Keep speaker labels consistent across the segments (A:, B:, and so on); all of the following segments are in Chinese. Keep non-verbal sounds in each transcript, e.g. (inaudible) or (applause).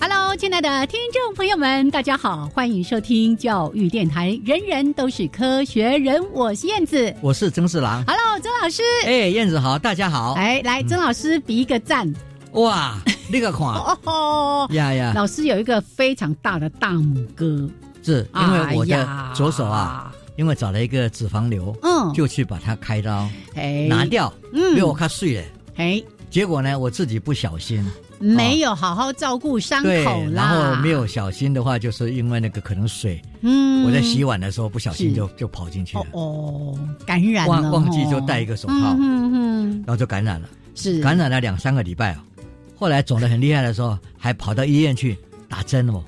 A: Hello，亲爱的听众朋友们，大家好，欢迎收听教育电台《人人都是科学人》，我是燕子。
B: 我是曾志郎。
A: Hello，曾老师，
B: 哎，燕子好，大家好。嗯
A: 哎，来，曾老师比一个赞。
B: 哇，那个款
A: 哦吼，
B: (laughs) 呀呀，
A: 老师有一个非常大的大拇哥，
B: 是因为我
A: 哎
B: 的
A: 呀
B: 左手啊，，因为找了一个脂肪瘤，
A: 嗯，
B: 就去把它开刀
A: 哎
B: 拿，掉，啊
A: 嗯
B: 被我看碎了。
A: 哎，
B: 结果呢，我自己不小心，
A: 没有好好照顾伤
B: 对
A: 口，啦，
B: 然后没有小心的话，就是因为那个可能水，
A: 嗯，
B: 我在洗碗的时候不小心
A: 是
B: 就就跑进去了
A: 哦，哦，感染了
B: 忘
A: 哦，
B: 忘记就戴一个手套，
A: 嗯嗯嗯，
B: 然后就感染了，
A: 是，
B: 感染了两三个礼拜哦。后来肿得很厉害的时候，还跑到医院去打针哦，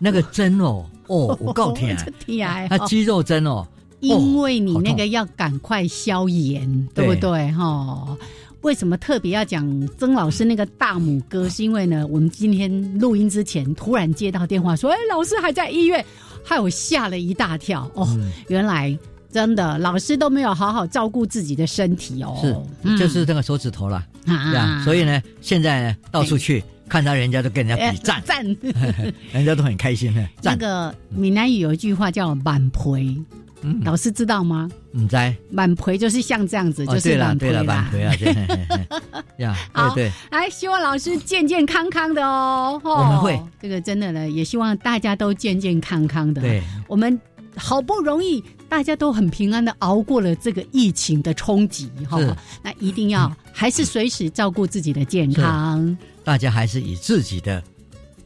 B: 那个针哦，哦，我告天
A: (laughs) 天啊
B: 那肌肉针哦，
A: 因为你
B: 好
A: 那
B: 痛
A: 个要赶快消炎，对
B: 对
A: 不对？哈，为什么特别要讲曾老师那个大拇哥？
B: 啊
A: 是因为呢，我们今天录音之前突然接到电话说，哎，老师还在医院，害我吓了一大跳。哦，
B: 嗯
A: 原来真的老师都没有好好照顾自己的身体哦。
B: 是就是那个手指头啦，
A: 嗯
B: 这样。所以呢，现在呢到处去看到人家都跟人家
A: 哎
B: 比赞，
A: 赞，
B: (laughs) 人家都很开心的
A: 那
B: 赞。
A: 个闽南语有一句话叫“满培”，
B: 嗯，
A: 老师知道吗？
B: 你在
A: 满培就是像这样子，
B: 哦，
A: 就
B: 对
A: 是
B: 了
A: 满
B: 对
A: 培
B: 了，
A: 啦
B: 挽。回啊，对嘿嘿嘿
A: (laughs)
B: 呀，
A: 好
B: 对对，
A: 哎，希望老师健健康康的哦。吼
B: 我们会
A: 这个真的呢，也希望大家都健健康康的。，
B: 对，
A: 我们好不容易大家都很平安的熬过了这个疫情的冲击哈
B: 是，嗯
A: 那一定要还是随时照顾自己的健康。
B: 大家还是以自己的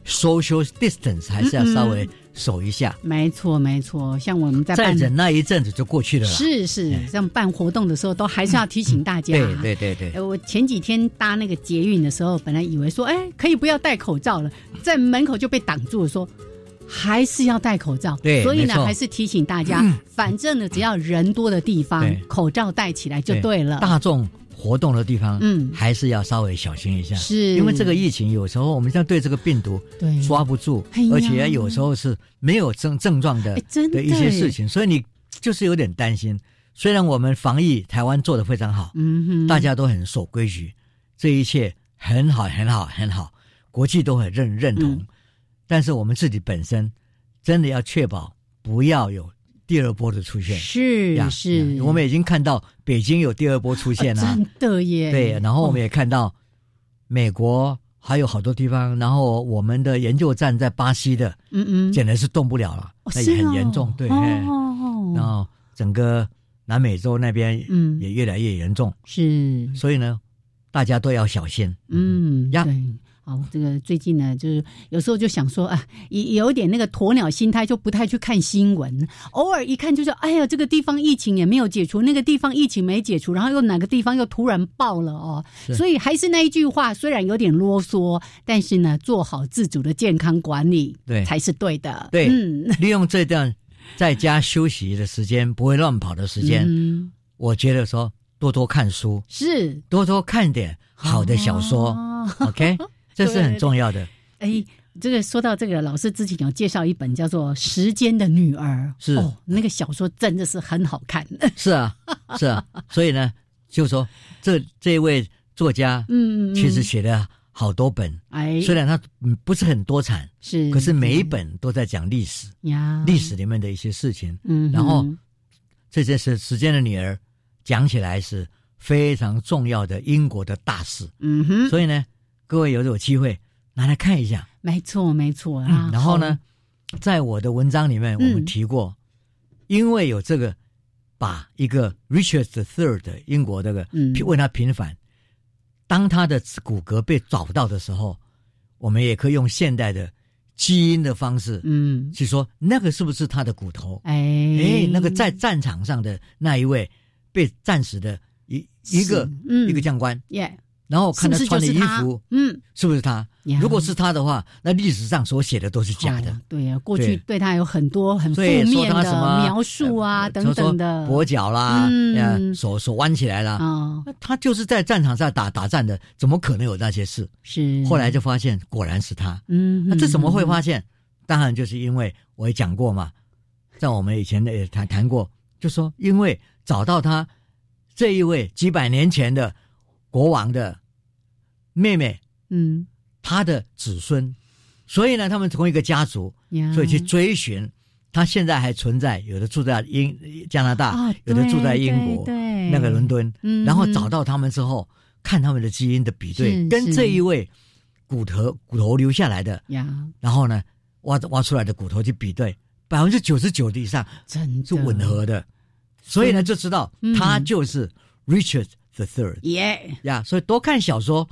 B: social distance 还是要稍微守一下，
A: 没错，没错。像我嗯们在
B: 再
A: 办
B: 忍耐一阵子就过去了啦。
A: 是是，
B: 哎
A: 像办活动的时候，都还是要提醒大家。
B: 嗯对对对对，
A: 呃，我前几天搭那个捷运的时候，本来以为说，哎，可以不要戴口罩了，在门口就被挡住了，说还是要戴口罩。
B: 对
A: 所以呢
B: 没，错嗯
A: 还是提醒大家，反正呢，只要人多的地方
B: 对，
A: 口罩戴起来就对了。
B: 大众活动的地方，
A: 嗯
B: 还是要稍微小心一下，
A: 是
B: 因为这个疫情有时候我们像对这个病毒，
A: 对
B: 抓不住
A: 哎呀，
B: 而且有时候是没有症症状的
A: 哎真的
B: 一些
A: 耶
B: 事情，所以你就是有点担心。虽然我们防疫台湾做得非常好，
A: 嗯哼，
B: 大家都很守规矩，这一切很好，很好，很好，国际都很认认同。
A: 嗯
B: 但是我们自己本身真的要确保不要有第二波的出现。
A: 是
B: 呀
A: 是，
B: 呀我们已经看到北京有第二波出
A: 啊
B: 现了、
A: 真的耶。
B: 对，然后我们
A: 哦
B: 也看到美国还有好多地方，然后我们的研究站在巴西的，
A: 嗯嗯，
B: 简直是动不了了，
A: 哦
B: 那也
A: 是
B: 很
A: 哦
B: 严重，对，
A: 哦
B: 嘿
A: 哦
B: 然
A: 哦
B: 后整个南美洲那边
A: 嗯
B: 也越来越严重，
A: 是
B: 所以呢，大家都要小心，
A: 嗯，
B: 呀
A: 对。好，这个最近呢，就是有时候就想说啊，也有点那个鸵鸟心态，就不太去看新闻。偶尔一看，就是哎呀，这个地方疫情也没有解除，那个地方疫情没解除，然后又哪个地方又突然爆了哦。
B: 是
A: 所以还是那一句话，虽然有点啰嗦，但是呢，做好自主的健康管理，
B: 对
A: 才是对的。
B: 对
A: 嗯，
B: 利用这段在家休息的时间，不会乱跑的时间，
A: 嗯
B: 我觉得说多多看书，
A: 是
B: 多多看点好的小说、
A: 哦 (laughs)
B: o k 这是很重要的，
A: 哎，这个说到这个，老师之前有介绍一本叫做《时间的女儿》，
B: 是
A: 哦，那个小说真的是很好看。
B: 是啊，是啊，所以呢，就说这这位作家
A: (laughs) 嗯，
B: 其实写了好多本，
A: 哎，
B: 虽然他嗯不是很多产，
A: 是，
B: 可是每一本都在讲历史，
A: 呀，
B: 历，史里面的一些事情。
A: 嗯哼，
B: 然后这件事，《时间的女儿》讲起来是非常重要的英国的大事，
A: 嗯哼，
B: 所以呢，各位有有机会拿来看一下，嗯
A: 没错没错啊。
B: 然后呢，在我的文章里面，我们
A: 嗯
B: 提过，因为有这个，把一个 Richard the Third 英国这个
A: 嗯
B: 为他平反，当他的骨骼被找到的时候，我们也可以用现代的基因的方式
A: 嗯，
B: 去说，那个是不是他的骨头？
A: 哎
B: 哎，那个在战场上的那一位被战死的一一个
A: 是嗯
B: 一个将官，
A: 耶，
B: 然后
A: 是
B: 看
A: 不
B: 他
A: 是就
B: 穿的
A: 是
B: 衣
A: 他
B: 服
A: 嗯，
B: 是不是他
A: 呀？
B: 如果是他的话，那历史上所写的都是假的
A: 哦。对呀、过去
B: 对
A: 对他有很多很负
B: 所以
A: 面
B: 说他什
A: 的
B: 么
A: 描述啊，
B: 呃
A: 等等
B: 说
A: 的。
B: 跛脚啦，
A: 嗯
B: 呃手手弯起来啦，
A: 啊、
B: 那他就是在战场上打打战的，怎么可能有那些事？
A: 是。
B: 后来，就发现果然是他。
A: 嗯，
B: 那这怎么会
A: 嗯？
B: 发现？当然就是因为我也讲过嘛，在我们以前也谈谈过，就说因为找到他这一位几百年前的国王的妹妹，
A: 嗯，
B: 他的子孙，所以呢，他们同一个家族，
A: 呀
B: 所以去追寻。他现在还存在，有的住在英加拿大，
A: 啊，
B: 有的住在
A: 对
B: 英国，
A: 对对
B: 那个伦，敦，
A: 嗯
B: 然后找到他们之后，看他们的基因的比对
A: 是，
B: 跟
A: 是
B: 这一位骨头骨头留下来的，
A: 呀，
B: 然后呢挖挖出来的骨头去比对，百分之九十九的以上
A: 真的
B: 是吻合的，所以呢就知道
A: 嗯
B: 他就是 Richard the Third
A: 耶。
B: 呀。所以多看小
A: (laughs)
B: 说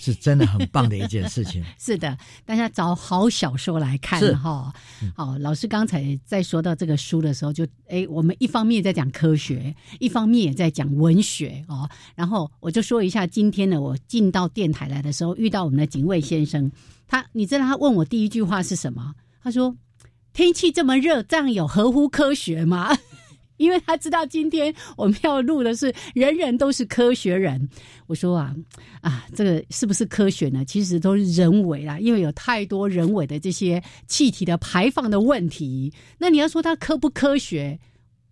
B: 是真的很棒的一件事情。
A: 是的，大家找好小说来看
B: 是
A: 哈。好，老师刚才在说到这个书的时候就，哎，我们一方面在讲科学，一方面也在讲文学哦。然后我就说一下，今天呢，我进到电台来的时候，遇到我们的警卫先生，他你知道他问我第一句话是什么？他说：“天气这么热，这样有合乎科学吗？” (laughs) 因为他知道今天我们要录的是人人都是科学人。我说啊啊，这个是不是科学呢？其实都是人为啦，因为有太多人为的这些气体的排放的问题。那你要说它科不科学？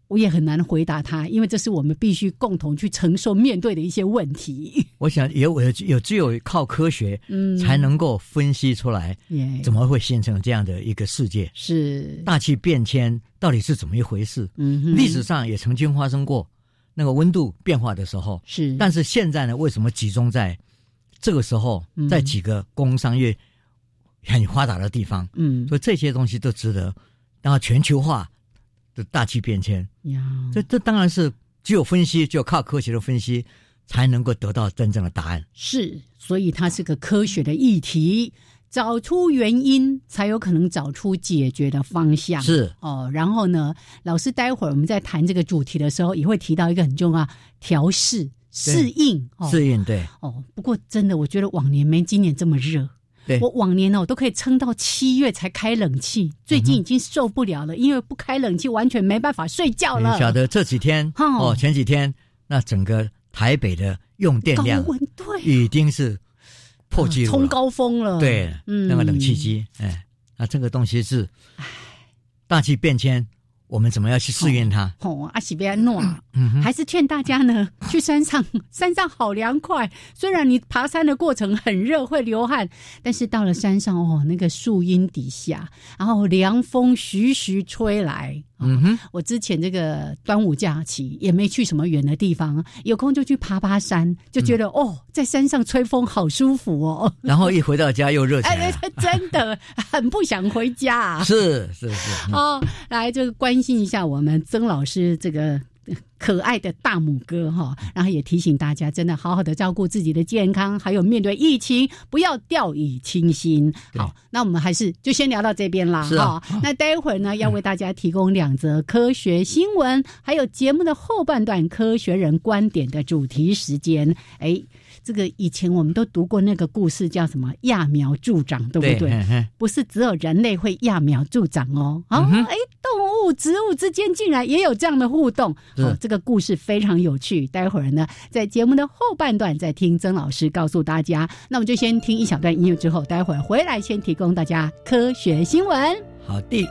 A: 我也很难回答他，因为这是我们必须共同去承受、面对的一些问题。
B: 我想也有有只有靠科学
A: (laughs) 嗯，
B: 才能够分析出来
A: 耶
B: 怎么会形成这样的一个世界。
A: 是
B: 大气变迁到底是怎么一回事？
A: 嗯哼
B: 历史上也曾经发生过那个温度变化的时候，
A: 是，
B: 但是现在呢，为什么集中在这个时候
A: 嗯，
B: 在几个工商业很发达的地方？
A: 嗯
B: 所以这些东西都值得。然后全球化的大气变迁，
A: 呀
B: 这这当然是只有分析，只有靠科学的分析，才能够得到真正的答案。
A: 是，所以它是个科学的议题，找出原因才有可能找出解决的方向。
B: 是
A: 哦，然后呢，老师待会儿我们在谈这个主题的时候，也会提到一个很重要调试适应哦
B: 适应，对
A: 哦。不过真的，我觉得往年没今年这么热。
B: 对
A: 我往年呢，我都可以撑到七月才开冷气，最近已经受不了了，因为不开冷气完全没办法睡觉
B: 你
A: 了。
B: 晓得这几天
A: 哦
B: 哦，前几天那整个台北的用电
A: 高
B: 量
A: 温对，
B: 已经是破纪录
A: 冲
B: 了。
A: 高峰了。
B: 对，
A: 嗯
B: 那个冷气机，哎，那这个东西是，大气变迁，我们怎么样去适应它？
A: 哦，阿喜别诺啊，
B: 嗯哼，
A: 还是劝大家呢， (laughs) 去山上，山上好凉快。虽然你爬山的过程很热，会流汗，但是到了山上哦，那个树荫底下，然后凉风徐徐吹来。哦
B: 嗯哼，
A: 我之前这个端午假期也没去什么远的地方，有空就去爬爬山，就觉
B: 嗯
A: 得、哦，在山上吹风好舒服哦。
B: 然后一回到家又热起来
A: 哎
B: 了，，
A: 真的很不想回家、啊。
B: 是是是，
A: (laughs)
B: 嗯
A: 哦，来这个关心一下我们曾老师这个。呃可爱的大拇哥哈，然后也提醒大家，真的好好的照顾自己的健康，还有面对疫情，不要掉以轻心。
B: 对
A: 好，那我们还是就先聊到这边啦
B: 是啊
A: 哈那待会儿呢，要为大家提供两则科学新闻，还有节目的后半段科学人观点的主题时间。哎，这个以前我们都读过那个故事，叫什么“揠苗助长”，对不对？
B: 嗯哼
A: 不是只有人类会揠苗助长哦，啊、
B: 嗯哼
A: 哎，动物、植物之间竟然也有这样的互动，
B: 是
A: 哦，这个故事非常有趣。待会儿呢，在节目的后半段再听曾老师告诉大家。那我们就先听一小段音乐，之后待会儿回来先提供大家科学新闻。
B: 好的。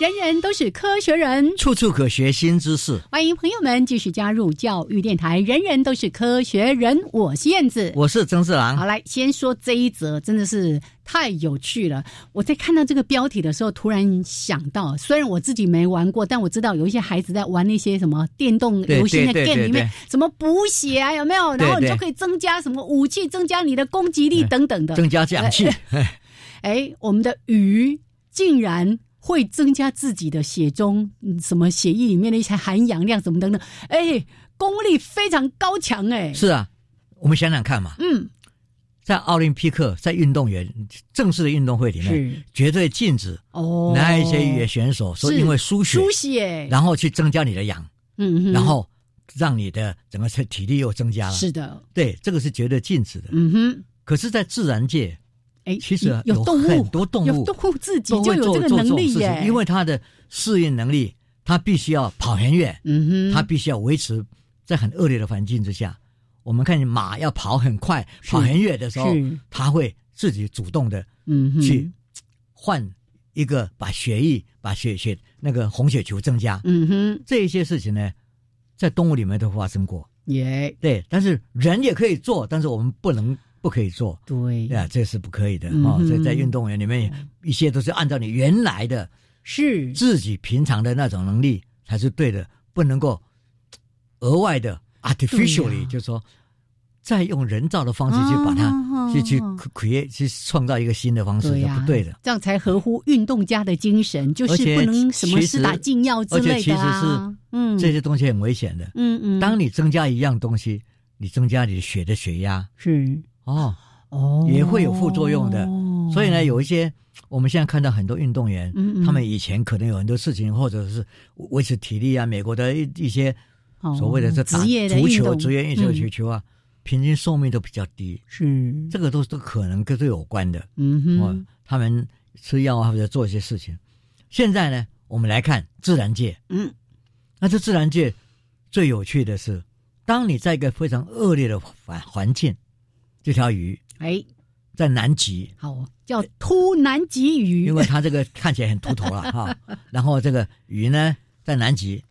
A: 人人都是科学人。
B: 处处可学新知识。
A: 欢迎朋友们继续加入教育电台，人人都是科学人，我是燕子。
B: 我是曾志
A: 好，
B: 郎。
A: 来先说这一则，真的是太有趣了。我在看到这个标题的时候，突然想到，虽然我自己没玩过，但我知道有一些孩子在玩那些什么电动
B: 对
A: 游戏的
B: 对对
A: game
B: 对
A: 里面
B: 对，
A: 什么补血啊，有没有？然后你
B: 对对
A: 就可以增加什么武器，增加你的攻击力
B: 嗯
A: 等等的。
B: 增加讲气，
A: 哎，我们的鱼竟然。会增加自己的血中、嗯什么血液里面的一些含氧量什么等等，哎，功力非常高强哎、
B: 是啊，我们想想看嘛，
A: 嗯，
B: 在奥林匹克，在运动员正式的运动会里面，
A: 是
B: 绝对禁止
A: 哦，
B: 那一些野选手说
A: 是
B: 因为输血，
A: 输血，
B: 然后去增加你的氧，
A: 嗯哼，
B: 然后让你的整个身体力又增加了。
A: 是的，
B: 对，这个是绝对禁止的。
A: 嗯哼，
B: 可是，在自然界，
A: 哎，
B: 其实啊
A: 有动物，
B: 很多动
A: 有
B: 物
A: 动物自己
B: 都
A: 就
B: 会
A: 有
B: 做
A: 这个
B: 做这
A: 能
B: 种
A: 力
B: 事
A: 耶，
B: 情，因为它的适应能力，它必须要跑很远，
A: 嗯哼，
B: 它必须要维持在很恶劣的环境之下。我们看见马要跑很快、
A: 是
B: 跑很远的时候，
A: 是，
B: 它会自己主动的
A: 嗯哼，
B: 去换一个，把血液、把血血那个红血球增加。
A: 嗯哼，
B: 这一些事情呢，在动物里面都发生过。
A: 也
B: 对，但是人也可以做，但是我们不能不可以做。
A: 对，
B: 对啊，这是不可以的
A: 嗯
B: 哦。
A: 哼
B: 所以在运动员里面，一些都是按照你原来
A: 嗯
B: 的
A: 是
B: 自己平常的那种能力才是对的，不能够额外的 artificially，、
A: 对啊
B: 就是说再用人造的方式去把它、
A: 啊
B: 去去
A: 啊
B: create 去创造一个新的方式
A: 对
B: 是
A: 呀、
B: 不对的。
A: 这样才合乎运动家的精神，就
B: 而
A: 是
B: 且
A: 不能什么
B: 其
A: 施
B: 实
A: 打禁药之
B: 而且
A: 类
B: 其
A: 的
B: 实
A: 啊
B: 是，
A: 嗯，
B: 这些东西很危险的。
A: 嗯嗯，
B: 当你增加一样东西，你增加你的血的血压
A: 是
B: 哦，
A: 哦，
B: 也会有副作用的所以呢，有一些我们现在看到很多运动员，
A: 嗯嗯
B: 他们以前可能有很多事情，或者是维持体力啊，美国的一一些
A: 哦
B: 所谓的这打
A: 职业的
B: 足
A: 运
B: 球、
A: 动
B: 职业运球、
A: 嗯
B: 球球啊，平均寿命都比较低，
A: 是，
B: 这个都是都可能跟这有关的。
A: 嗯
B: 哦
A: 哼，，
B: 他们吃药啊，或者做一些事情。现在呢，我们来看自然界，
A: 嗯，
B: 那这自然界最有趣的是，当你在一个非常恶劣的环环境，这条鱼
A: 哎，
B: 在南极，
A: 好，叫突南极鱼，
B: 因为它这个看起来很秃头了哈。然后这个鱼呢，在南极，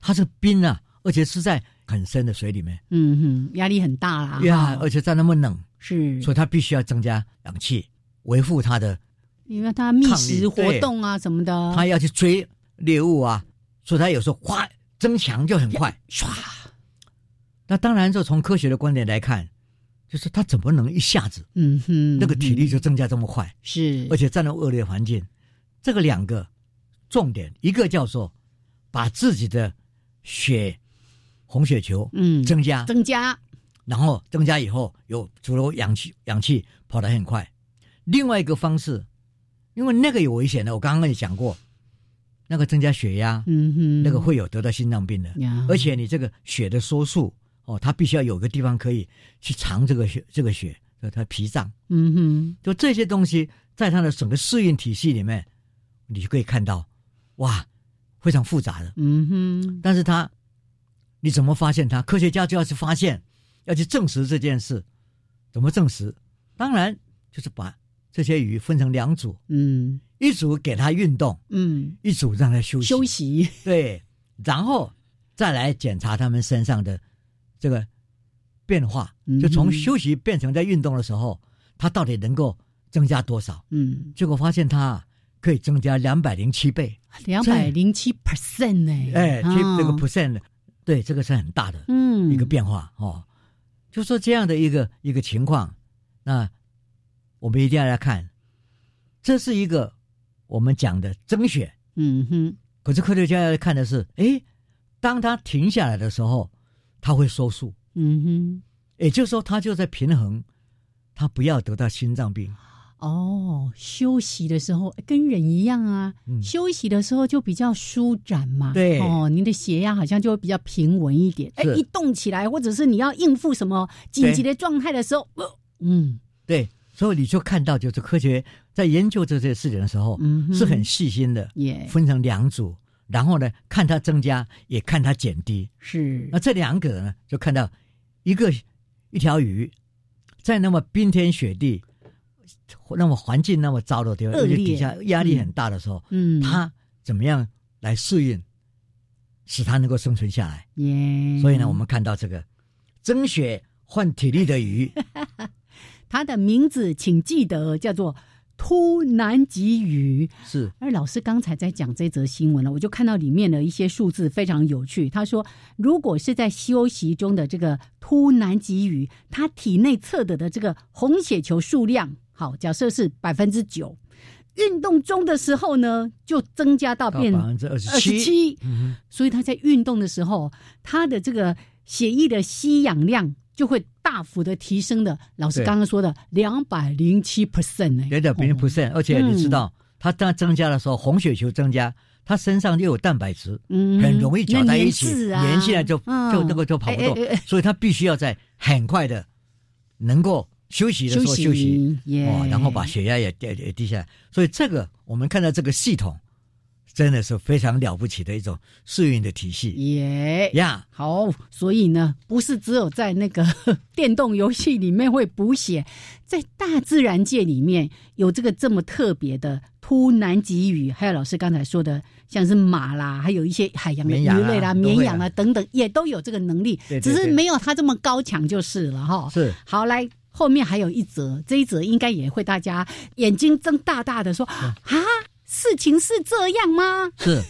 B: 它是冰啊，而且是在很深的水里面
A: (laughs) 嗯哼，压力很大啦。
B: 呀，
A: 哈
B: 而且在那么冷，
A: 是，
B: 所以它必须要增加氧气，维护它的，
A: 因为它觅
B: 抗力
A: 食活
B: 对
A: 动啊什么的，
B: 它要去追猎物啊，所以它有时候哗增强就很快。
A: 唰，
B: 那当然，就从科学的观点来看，就是它怎么能一下子
A: 嗯哼，
B: 那个体力就增加这么快，
A: 是
B: 而且在那么恶劣的环境，这个两个重点，一个叫做把自己的血红血球
A: 嗯
B: 增加，
A: 增加
B: 然后增加以后有除了氧气，氧气跑得很快。另外一个方式，因为那个有危险的，我刚刚跟你讲过，那个增加血压，
A: 嗯哼，
B: 那个会有得到心脏病的，
A: 呀，
B: 而且你这个血的缩束哦，它必须要有个地方可以去藏这个血，这个血，呃它脾脏，
A: 嗯哼，
B: 就这些东西在它的整个适应体系里面，你就可以看到，哇，非常复杂的。
A: 嗯哼，
B: 但是它，你怎么发现它？科学家就要去发现，要去证实这件事。怎么证实？当然就是把这些鱼分成两组，
A: 嗯
B: 一组给它运动，
A: 嗯，
B: 一组让它休息。
A: 休息，
B: 对，然后再来检查他们身上的这个变化，就
A: 嗯哼
B: 从休息变成在运动的时候，它到底能够增加多少？
A: 嗯，
B: 结果发现它可以增加两百零七倍，
A: 两百零七 percent 呢，
B: 哎，这
A: 啊
B: 这个 percent，对，这个是很大的
A: 嗯
B: 一个变化哦。就说这样的一个一个情况，那我们一定要来看，这是一个我们讲的增血，
A: 嗯哼，
B: 可是科学家要看的是，诶，当它停下来的时候，它会收缩，
A: 嗯
B: 也就是说，它就在平衡，它不要得到心脏病。
A: 哼，哦，休息的时候哎跟人一样啊，
B: 嗯，
A: 休息的时候就比较舒展嘛，
B: 对
A: 哦，您的血压好像就会比较平稳一点。哎，
B: 是
A: 一动起来，或者是你要应付什么紧急的状态的时候，呃嗯
B: 对，所以你就看到，就是科学在研究这些事情的时候，
A: 嗯哼，
B: 是很细心的，
A: 也
B: 分成两组，然后呢，看它增加，也看它减低。
A: 是
B: 那这两个呢，就看到一个一条鱼，在那么冰天雪地、那么环境那么糟的地方，
A: 恶
B: 而且
A: 劣
B: 底下压力很大的时候，
A: 嗯，
B: 它怎么样来适应，使它能够生存下来？
A: 耶，
B: 所以呢，我们看到这个增血换体力的鱼，
A: 它的名字请记得叫做突南极鱼。 (laughs)
B: 是
A: 而老师刚才在讲这则新闻呢，我就看到里面的一些数字非常有趣。他说，如果是在休息中的这个突南极鱼，它体内测得的这个红血球数量，好，假设是百分之九，运动中的时候呢，就增加到
B: 到
A: 变
B: 百分之二十
A: 二十
B: 七，
A: 七，
B: 嗯
A: 所以他在运动的时候，他的这个血液的吸氧量就会大幅的提升的。老师
B: 对
A: 刚刚说的两百零七 percent 哎，
B: 零点零 percent，而且你知道，
A: 嗯
B: 它当增加的时候，红血球增加，它身上又有蛋白质，
A: 嗯
B: 很容易搅在一起
A: 那粘滞，啊
B: 粘起来就
A: 嗯
B: 就那个就跑不动
A: 哎哎哎，
B: 所以它必须要在很快的能够休息的时候休息，
A: 耶、
B: 哦，然后把血压也低也低下来。所以这个我们看到这个系统真的是非常了不起的一种适应的体系
A: 耶。
B: 呀。
A: 好，所以呢，不是只有在那个 (laughs) 电动游戏里面会补血，在大自然界里面有这个这么特别的突南极鱼，还有老师刚才说的，像是马啦，还有一些海洋的
B: 绵
A: 鱼
B: 羊啊
A: 类啦、
B: 都会啊
A: 绵羊啊等等，也都有这个能力，
B: 对对
A: 只是
B: 对
A: 没有它这么高强就是了哈。
B: 是
A: 好，来后面还有一则，这一则应该也会大家眼睛睁大大的说
B: 嗯
A: 啊，事情是这样吗？
B: 是，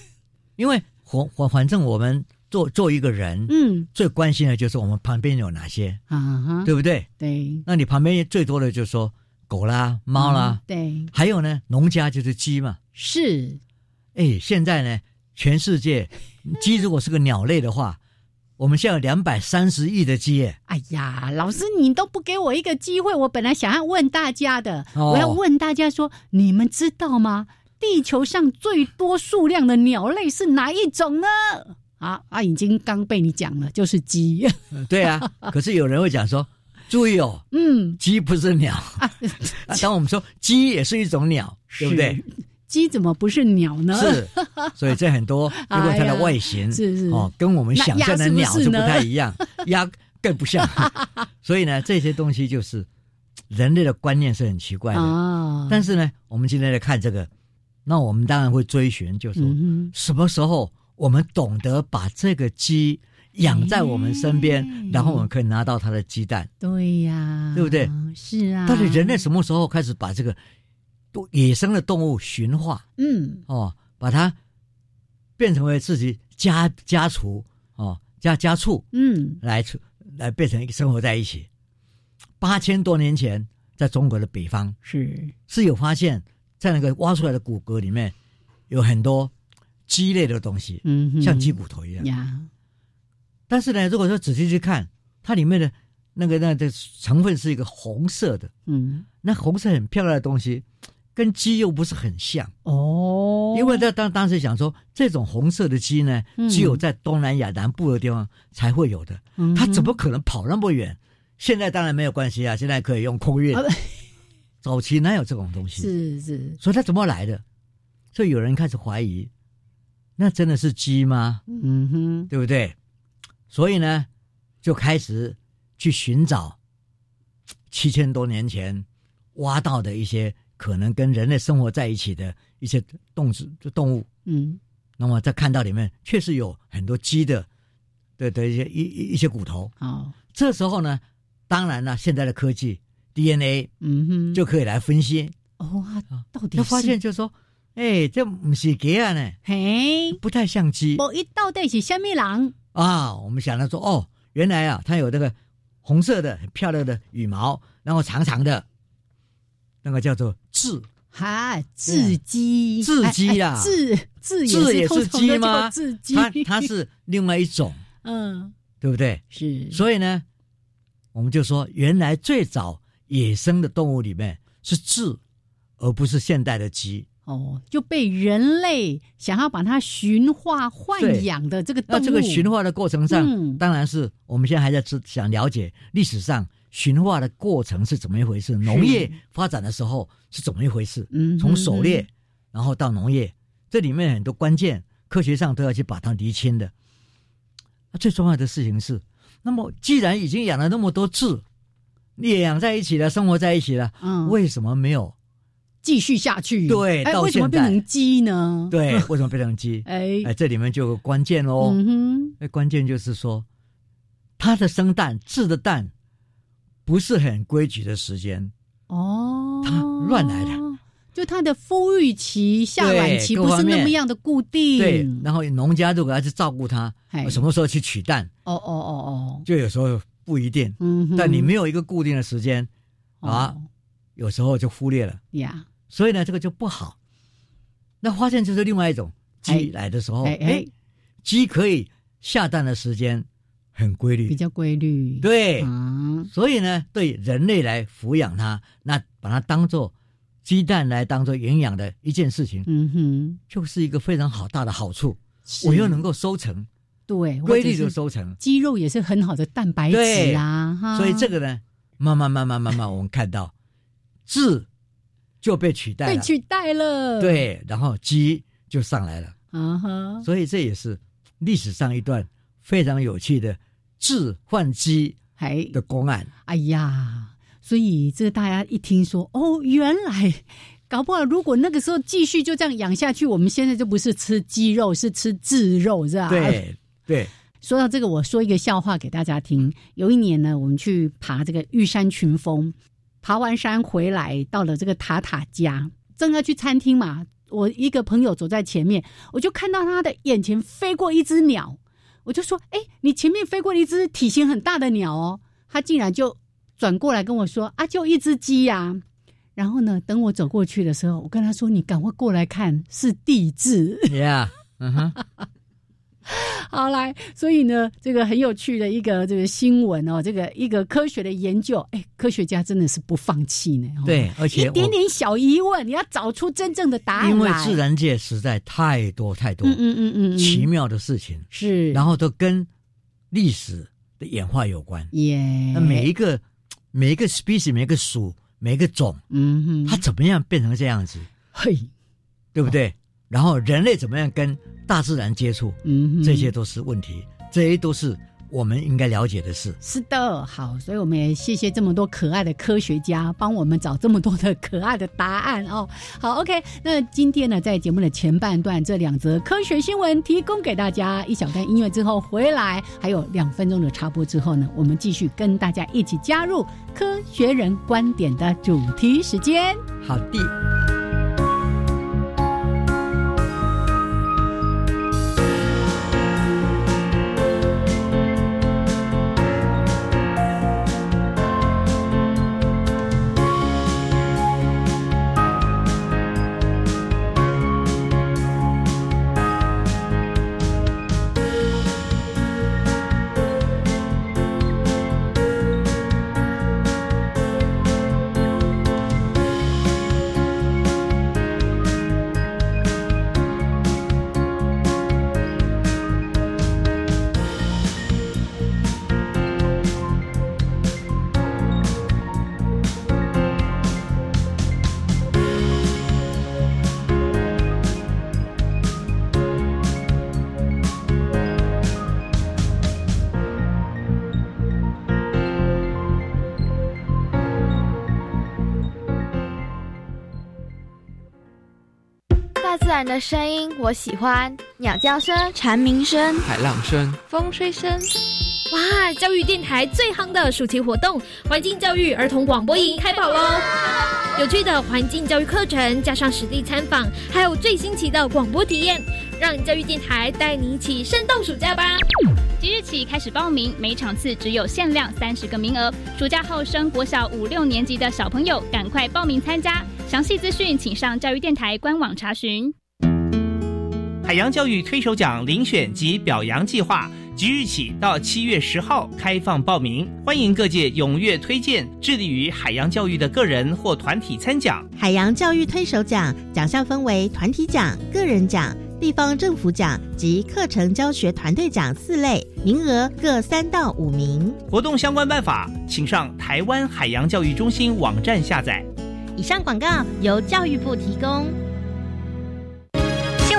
B: 因为我我反正我们做做一个人，
A: 嗯
B: 最关心的就是我们旁边有哪些，
A: 啊哈，
B: 对不对？
A: 对，
B: 那你旁边最多的就是说狗啦、猫啦，
A: 嗯对，
B: 还有呢，农家就是鸡嘛。
A: 是
B: 哎，现在呢，全世界鸡如果是个鸟类的话，我们现在有两百三十亿的鸡耶。
A: 哎呀，老师，你都不给我一个机会，我本来想要问大家的，
B: 哦
A: 我要问大家说，你们知道吗？地球上最多数量的鸟类是哪一种呢？啊啊，已经刚被你讲了，就是鸡。 (laughs)
B: 对啊，可是有人会讲说，注意哦，
A: 嗯，
B: 鸡不
A: (laughs)
B: 是鸟。啊当我们说鸡也是一种鸟，对不对？
A: 是？鸡怎么不是鸟呢？
B: 是，所以这很多，
A: 哎
B: 如
A: 呀
B: 果它的外形、
A: 是是
B: 哦，跟我们想象的
A: 那
B: 鸟
A: 鸭是
B: 是
A: 不是
B: 不
A: 呢
B: 太一样，鸭更
A: (laughs)
B: 不像。所以呢，这些东西就是人类的观念是很奇怪的。
A: 啊，
B: 但
A: 是
B: 是呢，我们今天来看这个，那我们当然会追寻，就是说、
A: 嗯
B: 什么时候我们懂得把这个鸡养在我们身边，
A: 哎
B: 然后我们可以拿到它的鸡蛋。
A: 哼，对呀、
B: 对不对？
A: 是啊。
B: 到底人类什么时候开始把这个动野生的动物驯化
A: 嗯
B: 哦，把它变成为自己家家畜哦家家畜
A: 嗯
B: 来出来变成一个生活在一起？八千多年前，在中国的北方，
A: 是
B: 是有发现，在那个挖出来的骨骼里面有很多鸡类的东西，
A: 嗯哼，
B: 像鸡骨头一样。
A: 呀，
B: 但是呢，如果说仔细去看，它里面的那个那个成分是一个红色的，
A: 嗯
B: 那红色很漂亮的东西，跟鸡又不是很像，
A: 哦，
B: 因为在当当时想说，这种红色的鸡呢
A: 嗯，
B: 只有在东南亚南部的地方才会有的，
A: 嗯哼
B: 它怎么可能跑那么远？现在当然没有关系啊，现在可以用空运
A: (laughs) 啊。
B: 早期哪有这种东西？
A: 是是
B: 所以它怎么来的？所以有人开始怀疑，那真的是鸡吗？
A: 嗯哼
B: 对不对？所以呢，就开始去寻找七千多年前挖到的一些可能跟人类生活在一起的一些动植动物。
A: 嗯
B: 那么在看到里面确实有很多鸡的的的一些一一一些骨头。
A: 好
B: 这时候呢，当然了，现在的科技 DNA
A: 嗯哼
B: 就可以来分析，
A: 哦啊
B: 啊，
A: 到底
B: 就是发现就是说，哎，这不是鸡啊呢。
A: 嘿，
B: 不太像鸡
A: 我一到底是虾米狼？
B: 啊。我们想到说，哦，原来啊，它有那个红色的、很漂亮的羽毛，然后长长的，那个叫做雉。
A: 哈，
B: 哎
A: 雉鸡，
B: 雉鸡
A: 啊，
B: 啊
A: 雉雉
B: 雉也
A: 通
B: 是
A: 常
B: 鸡
A: 都叫
B: 吗
A: 雉鸡，
B: 它它是另外一种，
A: 嗯
B: 对不对？
A: 是
B: 所以呢，我们就说，原来最早野生的动物里面是雉，而不是现代的鸡。
A: 哦，就被人类想要把它驯化豢
B: 对
A: 养的这个动
B: 那
A: 物，
B: 这个驯化的过程上，
A: 嗯
B: 当然是我们现在还在知想了解历史上驯化的过程是怎么一回事，农业发展的时候是怎么一回事，
A: 嗯哼
B: 从狩猎然后到农业，这里面很多关键科学上都要去把它厘清的。那最重要的事情是，那么既然已经养了那么多字，也养在一起了，生活在一起了，
A: 嗯，
B: 为什么没有？
A: 继续下去。
B: 对
A: 哎，
B: 到
A: 为什么
B: 现
A: 变
B: 在
A: 成鸡呢？，
B: 对，为什么变成鸡？
A: 嗯哎，
B: 哎，这里面就有个关键喽。
A: 嗯哼，
B: 那关键就是说，它的生蛋、制的蛋，不是很规矩的时间，
A: 哦，
B: 它乱来的。
A: 就它的孵育期、下卵期
B: 各
A: 不是
B: 方
A: 那么
B: 面
A: 样的固定。
B: 对。然后农家如果要去照顾它，
A: 嗯哎
B: 什么时候去取蛋，
A: 哦哦哦哦，
B: 就有时候不一定。
A: 嗯哼，
B: 但你没有一个固定的时间，啊
A: 哦
B: 有时候就忽略了，
A: 呀，
B: 所以呢，这个就不好。那发现就是另外一种，鸡来的时候，
A: 哎哎
B: 哎，，鸡可以下蛋的时间很规
A: 比
B: 律，
A: 较规律。
B: 对，
A: 啊，
B: 所以呢，对人类来抚养它，那把它当做鸡蛋来当做营养的一件事情，
A: 嗯哼，
B: 就是一个非常好大的好处。
A: 是
B: 我又能够收成，
A: 对
B: 规律的
A: 时候，
B: 收成，
A: 鸡肉也是很好的蛋白质
B: 对
A: 啊，哈，
B: 所以这个呢，慢慢慢慢慢慢，我们看到字就被取代
A: 被
B: 了，
A: 取代了。，
B: 对，然后鸡就上来了。
A: 啊哈，
B: 所以这也是历史上一段非常有趣的置换鸡
A: 还
B: 的公案。
A: 哎呀，所以这大家一听说，哦，原来。搞不好，如果那个时候继续就这样养下去，我们现在就不是吃鸡肉，是吃炙肉，是吧？
B: 对对，
A: 说到这个，我说一个笑话给大家听。有一年呢，我们去爬这个玉山群峰，爬完山回来，到了这个塔塔家，正要去餐厅嘛，我一个朋友走在前面，我就看到他的眼前飞过一只鸟，我就说：“哎，你前面飞过一只体型很大的鸟哦。”他竟然就转过来跟我说：“啊，就一只鸡呀、然后呢，等我走过去的时候，我跟他说：“你赶快过来看，是地质。”
B: 呀，嗯哼，
A: 好来，所以呢，这个很有趣的一个这个新闻哦，这个一个科学的研究，哎，科学家真的是不放弃呢。哦，
B: 对，而且
A: 一
B: 我
A: 点点小疑问，你要找出真正的答案
B: 因为
A: 来。
B: 自然界实在太多太多
A: 嗯嗯嗯嗯，嗯
B: 奇妙的事情，
A: 是，
B: 然
A: 后
B: 后都跟历史的演化有关。
A: 也
B: 那每一个每一个 species，每一个属，每一个种，
A: 嗯
B: 它
A: 哼，
B: 怎么样变成这样子，
A: 嘿，
B: 对
A: 嗯
B: 不对？然后人类怎么样跟大自然接触，
A: 嗯哼，
B: 这些都是问题，这些都是我们应该了解的事。
A: 是的，好，所以我们也谢谢这么多可爱的科学家帮我们找这么多的可爱的答案哦。 (laughs) 好，OK，那今天呢，在节目的前半段，这两则科学新闻提供给大家。一小段音乐之后回来，还有两分钟的插播之后呢，我们继续跟大家一起加入科学人观点的主题时间。
B: 好的。
C: 大自然的声音我喜欢，鸟叫声、
D: 蝉鸣声、
E: 海浪声、
C: 风吹声。
F: 哇！教育电台最夯的暑期活动——环境教育儿童广播营开跑喽！有趣的环境教育课程，加上实地参访，还有最新奇的广播体验，让教育电台带你一起生动暑假吧！
G: 即日起开始报名，每场次只有限量三十个名额。暑假后升国小五六年级的小朋友，赶快报名参加。详细资讯请上教育电台官网查询。
H: 海洋教育推手奖遴选及表扬计划即日起到七月十号开放报名，欢迎各界踊跃推荐致力于海洋教育的个人或团体参奖。
I: 海洋教育推手奖奖项分为团体奖、个人奖、地方政府奖及课程教学团队奖四类，名额各三到五名。
H: 活动相关办法，请上台湾海洋教育中心网站下载。
I: 以上广告由教育部提供。
D: 新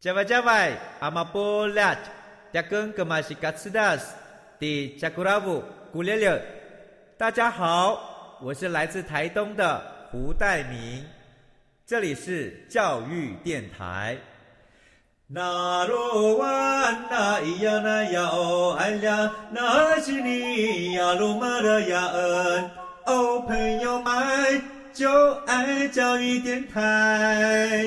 J: Java Java Amapolat Dakeng Kemasikatsidas Di Chakuravu Gulele。大家好，我是来自台东的胡代明，这里是教育电台。那罗哇那咿呀那呀哦哎呀，那是你呀鲁玛的呀恩哦，朋友们就爱教育电台。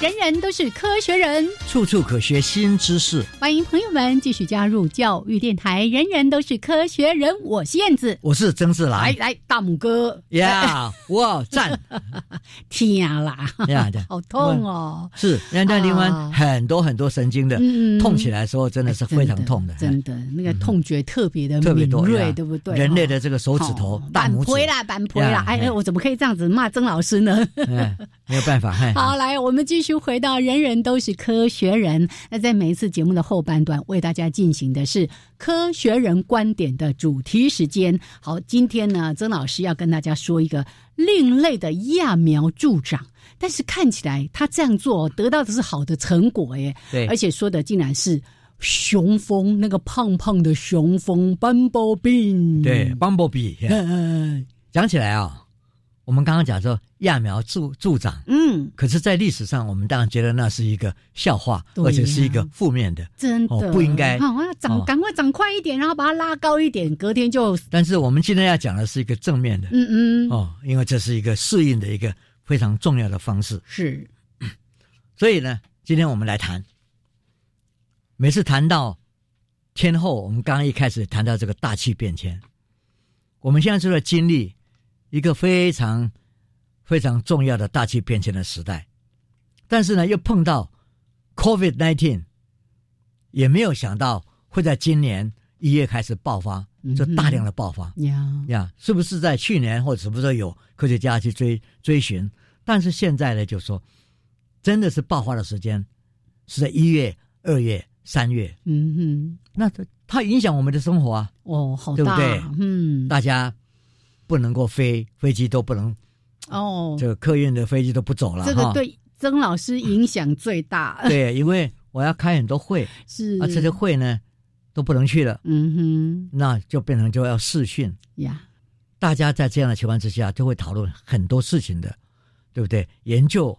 A: 人人都是科学人，
B: 处处可学新知识。
A: 欢迎朋友们继续加入教育电台。人人都是科学人，我是燕子。
B: 我是曾志
A: 来
B: 哎来。
A: 来，大拇哥，
B: 呀，
A: (laughs)
B: 我赞。啊
A: 天啦，
B: 呀对
A: (laughs) 好痛哦！
B: 是，人家淋
A: 啊
B: 完很多很多神经的，
A: 嗯嗯哎
B: 痛起来的时候真的是非常痛的，
A: 真的，真的那个痛觉特别的
B: 哎特别
A: 敏
B: 多，
A: 锐，
B: 呀
A: 对不对？
B: 人类的这个手指头
A: 哦、
B: 大
A: 板
B: 拇
A: 回
B: 指，
A: 啦，板回啦
B: 呀！
A: 哎
B: 哎
A: 哎，我怎么可以这样子骂曾老师呢？
B: 嗯，没有办法，哎， (laughs)
A: 好，来，我们继续回到“人人都是科学人”。那在每一次节目的后半段，为大家进行的是科学人观点的主题时间。好，今天呢，曾老师要跟大家说一个另类的揠苗助长，但是看起来他这样做得到的是好的成果耶，
B: 对
A: 而且说的竟然是雄蜂，那个胖胖的雄蜂 （bumblebee）。
B: 对，Bumblebee，呀
A: 嗯，
B: 讲起来啊，我们刚刚讲说揠苗助助长，
A: 嗯，
B: 可是，在历史上，我们当然觉得那是一个笑话，
A: 对呀
B: 而且是一个负面的。
A: 真的、
B: 哦不应该
A: 好啊，长
B: 哦
A: 赶快长快一点，然后把它拉高一点，隔天就
B: 但是，我们今天要讲的是一个正面的
A: 嗯嗯，
B: 哦，因为这是一个适应的一个非常重要的方式。
A: 是，
B: 所以呢，今天我们来谈，每次谈到天后，我们刚刚一开始谈到这个大气变迁，我们现在正在经历一个非常非常重要的大气变迁的时代，但是呢，又碰到 COVID nineteen，也没有想到会在今年一月开始爆发，就大量的爆发。
A: 呀，
B: 呀，是不是在去年或者什么时候有科学家去追追寻？但是现在呢，就说真的是爆发的时间是在一月、二月、三月，
A: 嗯
B: 那它它影响我们的生活啊，
A: 哼，哦，好
B: 对不
A: 大，
B: 对
A: 嗯，
B: 大家不能够飞，飞机都不能，
A: 哦，
B: 这个客运的飞机都不走了
A: 这个
B: 哈。
A: 对曾老师影响最大， (laughs)
B: 对，因为我要开很多会，
A: 是，
B: 啊，这些会呢都不能去了，
A: 嗯
B: 那就变成就要视讯。
A: 哼，呀，
B: 大家在这样的情况之下，就会讨论很多事情的，对不对？研究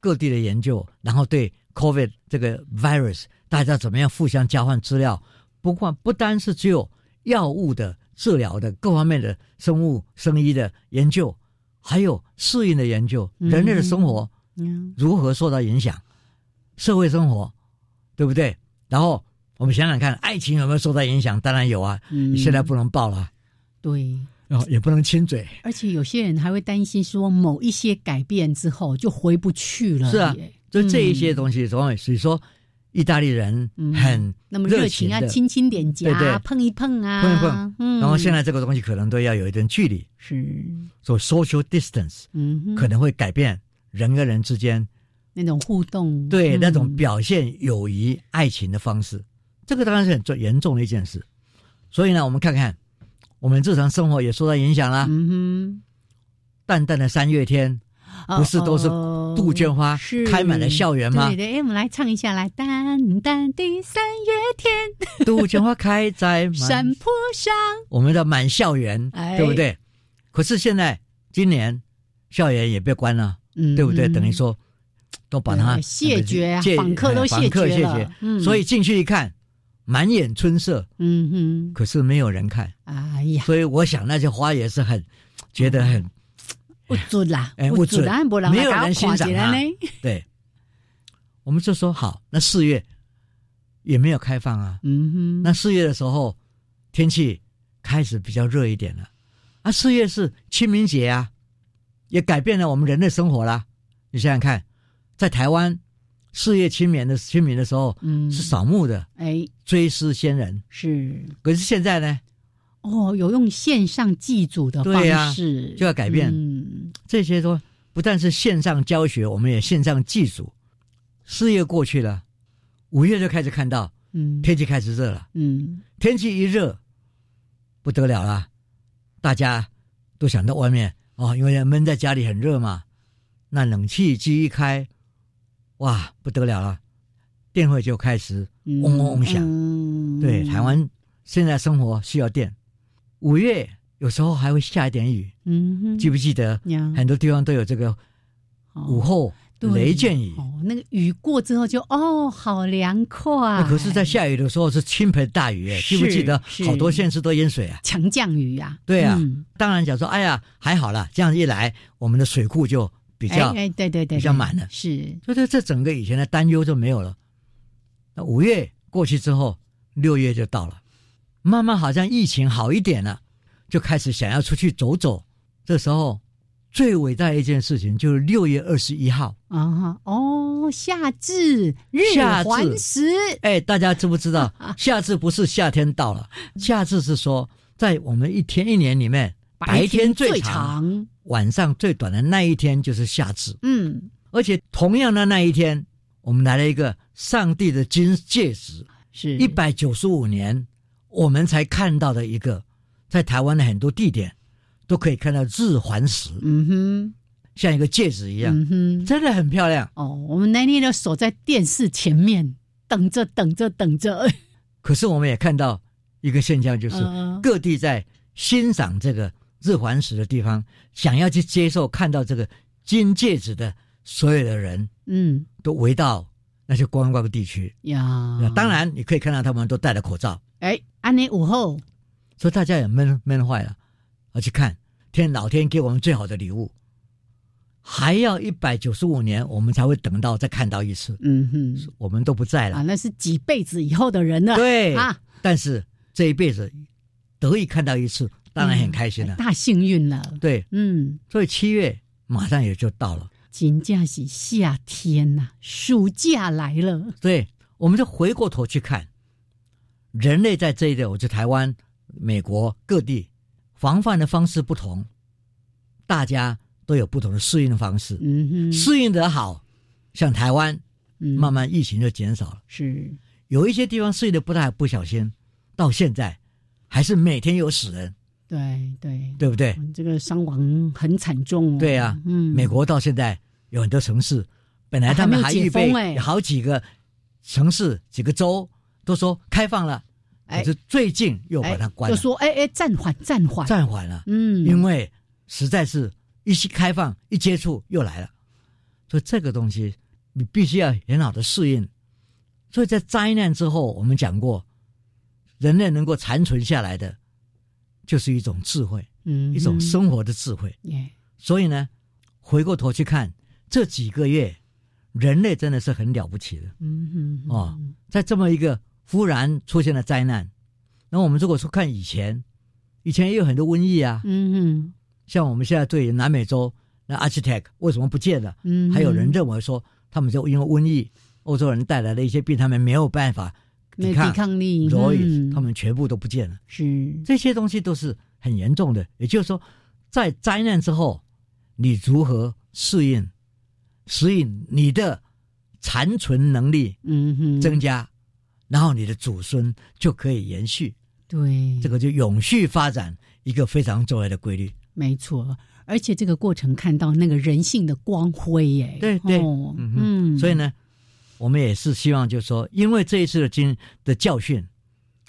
B: 各地的研究，然后对 COVID 这个 virus，大家怎么样互相交换资料？不管不单是只有药物的治疗的各方面的生物生医的研究，还有适应的研究，
A: 嗯
B: 人类的生活
A: 呀，
B: 如何受到影响，社会生活，对不对？然后我们想想看，爱情有没有受到影响？当然有啊，
A: 嗯
B: 你现在不能抱了，
A: 对，
B: 然后也不能亲嘴。
A: 而且有些人还会担心说某一些改变之后就回不去了耶，
B: 是啊就这一些
A: 嗯
B: 东西，所以所以说，意大利人
A: 嗯
B: 很
A: 那么热
B: 情
A: 情啊，
B: 的，
A: 亲亲脸颊，
B: 对对
A: 碰一碰啊，
B: 碰一碰，
A: 嗯，
B: 然后现在这个东西可能都要有一点距离，
A: 是，
B: 所以 social distance
A: 嗯哼，
B: 可能会改变人跟人之间
A: 那种互动，
B: 对
A: 嗯
B: 那种表现友谊、爱情的方式，这个当然是很重严重的一件事。所以呢，我们看看我们日常生活也受到影响啦。
A: 嗯
B: 淡淡的三月天，
A: 哼，
B: 不是都是
A: 哦
B: 杜鹃花
A: 是
B: 开满了校园吗
A: 对对，哎，我们来唱一下，来，淡淡的三月天，
B: 杜鹃花开在满
A: 山坡上，
B: 我们的满校园，
A: 哎
B: 对不对？可是现在今年校园也被关了，
A: 嗯，
B: 对不对？
A: 嗯
B: 等于，说都把它
A: 对谢绝啊
B: 戒
A: 访客都
B: 哎访客
A: 谢
B: 谢
A: 绝了
B: 绝
A: 嗯
B: 所以进去一看，满眼春色，
A: 嗯
B: 可是没有人看。
A: 哼，哎呀，
B: 所以我想那些花也是很觉得很
A: 嗯不准啦，
B: 哎
A: 不啊
B: 不准
A: 啦，没人
B: 没有人欣赏
A: 啊
B: 啊，对。我们就说好，那四月也没有开放啊。
A: 嗯哼，
B: 那四月的时候天气开始比较热一点了，啊，四月是清明节啊，也改变了我们人的生活啦。你想想看，在台湾四月清明的清明的时候，
A: 嗯，
B: 是扫墓的，
A: 哎，
B: 追思先人
A: 是。
B: 可是现在呢，
A: 哦，有用线上祭祖的
B: 对呀、
A: 方式，
B: 就要改变。
A: 嗯，
B: 这些说不但是线上教学，我们也线上祭祖。四月过去了，五月就开始看到
A: 嗯，
B: 天气开始热了。
A: 嗯，
B: 天气一热，不得了啦，大家都想到外面哦，因为闷在家里很热嘛。那冷气机一开，哇，不得了了，电会就开始
A: 嗯
B: 嗡嗡嗡响。
A: 嗯
B: 对，台，湾现在生活需要电。五月有时候还会下一点雨，
A: 嗯哼，
B: 记不记得？
A: 呀
B: 很多地方都有这个午后
A: 对
B: 雷阵雨。
A: 哦，那个雨过之后就哦，好凉快。
B: 那可是，在下雨的时候是倾盆大雨，哎记不记得？
A: 是
B: 好多县市都淹水啊。
A: 强降雨啊，
B: 对啊，
A: 嗯
B: 当然讲说，哎呀，还好啦，这样一来，我们的水库就比较，
A: 哎哎，对对对，
B: 比较满了
A: 是，
B: 所以这这整个以前的担忧就没有了。那五月过去之后，六月就到了，慢慢好像疫情好一点了，就开始想要出去走走。这时候最伟大的一件事情就是六月二十一号，
A: 啊哈，哦，夏至日
B: 夏至
A: 环食，
B: 哎，大家知不知道？夏至不是夏天到了，夏至是说在我们一天一年里面，白天
A: 最
B: 最长，晚上最短的那一天就是夏至。
A: 嗯，
B: 而且同样的那一天，我们来了一个上帝的金戒指，
A: 是
B: 一百九十五年我们才看到的一个，在台湾的很多地点都可以看到日环食，
A: 嗯哼，
B: 像一个戒指一样，
A: 嗯哼，
B: 真的很漂亮。
A: 哦，我们那天就守在电视前面，等着，等着，等着，
B: 可是我们也看到一个现象，就是
A: 嗯
B: 各地在欣赏这个日环食的地方，想要去接受看到这个金戒指的所有的人，
A: (laughs) 嗯
B: 都围到那些观光地区。
A: 呀
B: 那，当，然，你可以看到他们都戴了口罩，
A: 哎，安妮午后，
B: 所以大家也闷闷坏了，而去看天老天给我们最好的礼物，还要一百九十五年我们才会等到再看到一次，
A: 嗯哼，
B: 我们都不在
A: 啊，
B: 了。
A: 那是几辈子以后的人了，
B: 对
A: 啊，
B: 但是这一辈子得以看到一次，当然很开心了。
A: 大幸运了，
B: 对，
A: 嗯，
B: 所以七月马上也就到了。
A: 金假是夏天呐、暑假来了，
B: 对，我们就回过头去看，人类在这一类，我就台湾、美国各地防范的方式不同，大家都有不同的适应的方式。
A: 嗯哼，
B: 适应得好，像台湾
A: 嗯
B: 慢慢疫情就减少了，
A: 是，
B: 有一些地方适应的不太不小心，到现在还是每天有死人，
A: 对对，
B: 对不对？
A: 嗯这个伤亡很惨重哦，
B: 对啊
A: 嗯，
B: 美国到现在有很多城市，本来他们
A: 还
B: 还
A: 没有
B: 预
A: 解封
B: 备
A: 哎
B: 有好几个城市、几个州都说开放了，
A: 哎
B: 可是最近又把它关
A: 就
B: 了，
A: 说哎哎，暂缓暂缓，
B: 暂缓了，
A: 嗯，
B: 因为实在是一开放一接触又来了，所以这个东西你必须要很好的适应。所以在灾难之后，我们讲过，人类能够残存下来的，就是一种智慧，
A: 嗯
B: 一种
A: 哼，
B: 生活的智慧。
A: 耶
B: 所以呢，回过头去看这几个月，人类真的是很了不起的。
A: 嗯哼，
B: 哦，在这么一个忽然出现的灾难，那我们如果说看以前，以前也有很多瘟疫啊，
A: 嗯哼，
B: 像我们现在对南美洲那 Architect 为什么不见了？
A: 嗯哼，
B: 还有人认为说，他们就因为瘟疫，欧洲人带来的一些病，他们没有办法
A: 没有
B: 抗，
A: 抵抗力，
B: 所以
A: 嗯
B: 他们全部都不见了。
A: 是，
B: 这些东西都是很严重的。也就是说，在灾难之后，你如何适应，适应你的残存能力
A: 嗯哼，
B: 增加，然后你的祖孙就可以延续，
A: 对
B: 这个就永续发展一个非常重要的规律。
A: 没错，而且这个过程看到那个人性的光辉耶，
B: 对对
A: 哦
B: 嗯
A: 嗯，
B: 所以呢，我们也是希望，就是说，因为这一次的经的教训，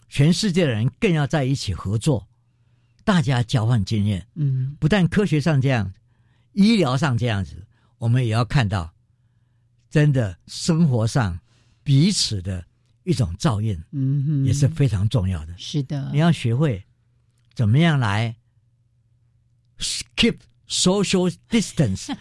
B: 全世界的人更要在一起合作，大家交换经验。
A: 嗯
B: 不但科学上这样，医疗上这样子，我们也要看到，真的生活上彼此的一种照应
A: 嗯哼，
B: 也是非常重要的。
A: 是的，
B: 你要学会 (laughs) 怎么样来 keep social distance，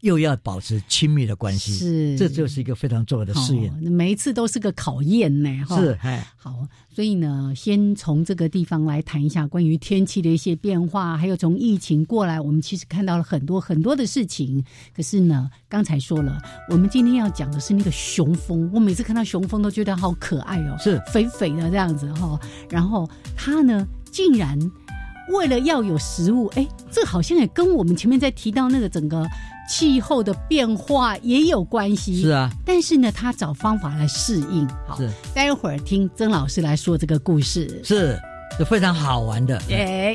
B: 又要保持亲密的关系，
A: 是
B: 这就是一个非常重要的试验。
A: 哦每一次都是个考验呢，哈。
B: 是，哎，
A: 好，所以呢，先从这个地方来谈一下关于天气的一些变化，还有从疫情过来，我们其实看到了很多很多的事情。可是呢，刚才说了，我们今天要讲的是那个雄蜂，我每次看到雄蜂都觉得好可爱哦，
B: 是
A: 肥肥的这样子哈、然后它呢，竟然为了要有食物，哎，这好像也跟我们前面在提到那个整个气候的变化也有关系。
B: 是啊，
A: 但是呢，他找方法来适应。好，
B: 是
A: 待会儿听曾老师来说这个故事。
B: 是，是非常好玩的。
A: 哎，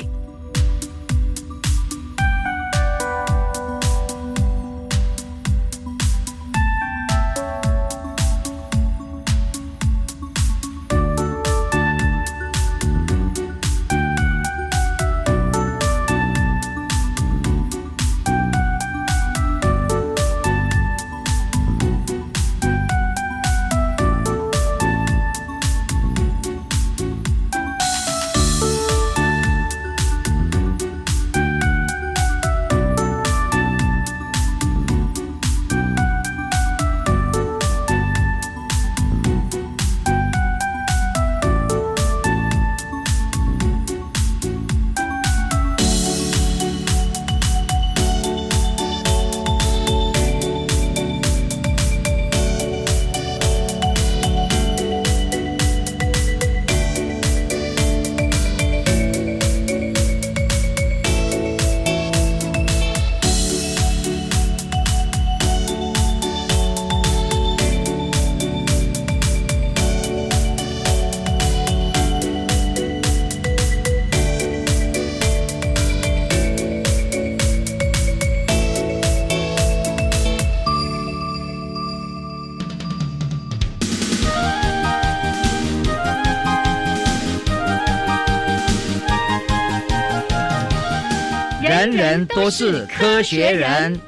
B: 人人都是科学人。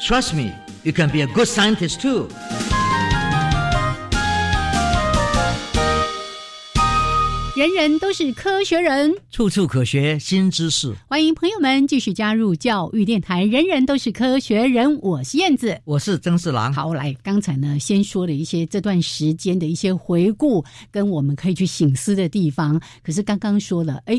B: Trust me, you can be a good scientist too.
A: 人人都是科学人。
B: 处处可学新知识。
A: 欢迎朋友们继续加入教育电台，人人都是科学人，我是燕子。
B: 我是曾世郎。
A: 好，来，刚才呢，先说了一些这段时间的一些回顾，跟我们可以去醒思的地方。可是刚刚说了，哎，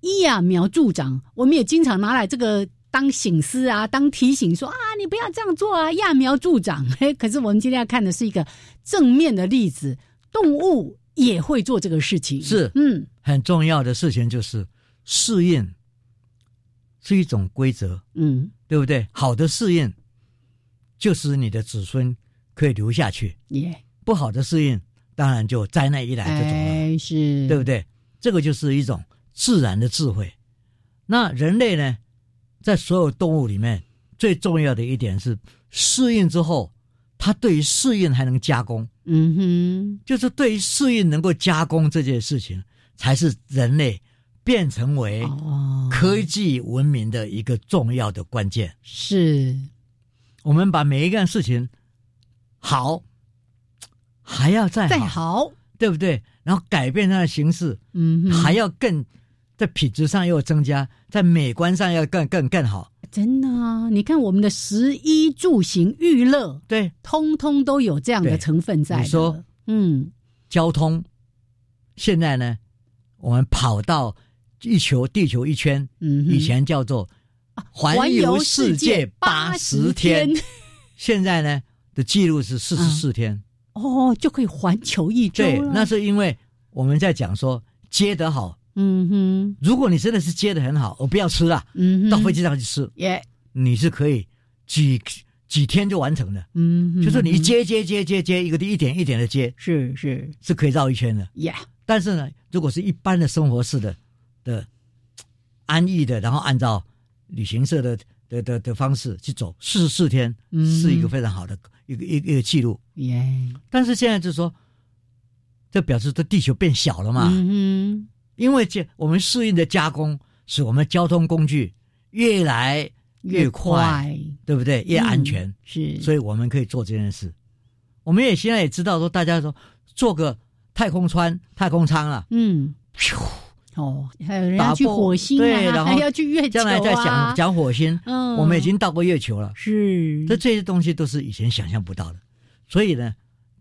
A: 伊亚苗助长，我们也经常拿来这个。当醒思啊，当提醒说啊，你不要这样做啊，揠苗助长。嘿，可是我们今天要看的是一个正面的例子，动物也会做这个事情。
B: 是
A: 嗯，
B: 很重要的事情就是试验是一种规则，
A: 嗯，
B: 对不对？好的试验就是你的子孙可以留下去，
A: 耶，
B: 不好的试验当然就灾难一来这种了，
A: 哎，是，
B: 对不
A: 对？
B: 对？这个就是一种自然的智慧。那人类呢，在所有动物里面最重要的一点是适应之后，它对于适应还能加工，
A: 嗯哼。
B: 就是对于适应能够加工这件事情，才是人类变成为
A: 哦，
B: 科技文明的一个重要的关键。
A: 是
B: 我们把每一件事情好，还要哎再好，
A: 再好，
B: 对不对？然后改变它的形式，
A: 嗯哼，
B: 还要更在品质上又增加，在美观上要更更更好。
A: 真的啊！你看我们的食衣住行娱乐，
B: 对，
A: 通通都有这样的
B: 对
A: 成分在的。
B: 你说
A: 嗯，
B: 交通现在呢，我们跑到地球地球一圈，
A: 嗯哼
B: 以前叫做啊环游世界八十天，嗯
A: 80
B: (laughs) 现在呢的记录是四十四天。
A: 哦，就可以环球一周
B: 对，
A: 了
B: 那是因为我们在讲说接得好。
A: 嗯哼，
B: 如果你真的是接得很好，哦我不要吃了，
A: 嗯哼，
B: 到飞机上去吃，
A: 也，
B: 你是可以几几天就完成的。
A: 嗯哼，
B: 就是你一接接接接接，一个一点一点的接，
A: 是是
B: 是可以绕一圈的。
A: 也
B: 但是呢，如果是一般的生活式的的安逸的，然后按照旅行社的的的的方式去走，四十四天
A: 嗯
B: 是一个非常好的一个一个一个记录。
A: 也，
B: 但是现在就是说，这表示这地球变小了嘛，
A: 嗯
B: 因为这我们适应的加工，使我们交通工具越来
A: 哼，
B: 越快，对不对？越安全。
A: 嗯是，
B: 所以我们可以做这件事。我们也现在也知道说，大家说做个太空船、太空舱了，
A: 嗯，哦，还有人要去火星啊，
B: 对，然后
A: 还要去月球啊，
B: 将来再讲讲火星，
A: 嗯
B: 我们已经到过月球了，
A: 是，
B: 这这些东西都是以前想象不到的。所以呢，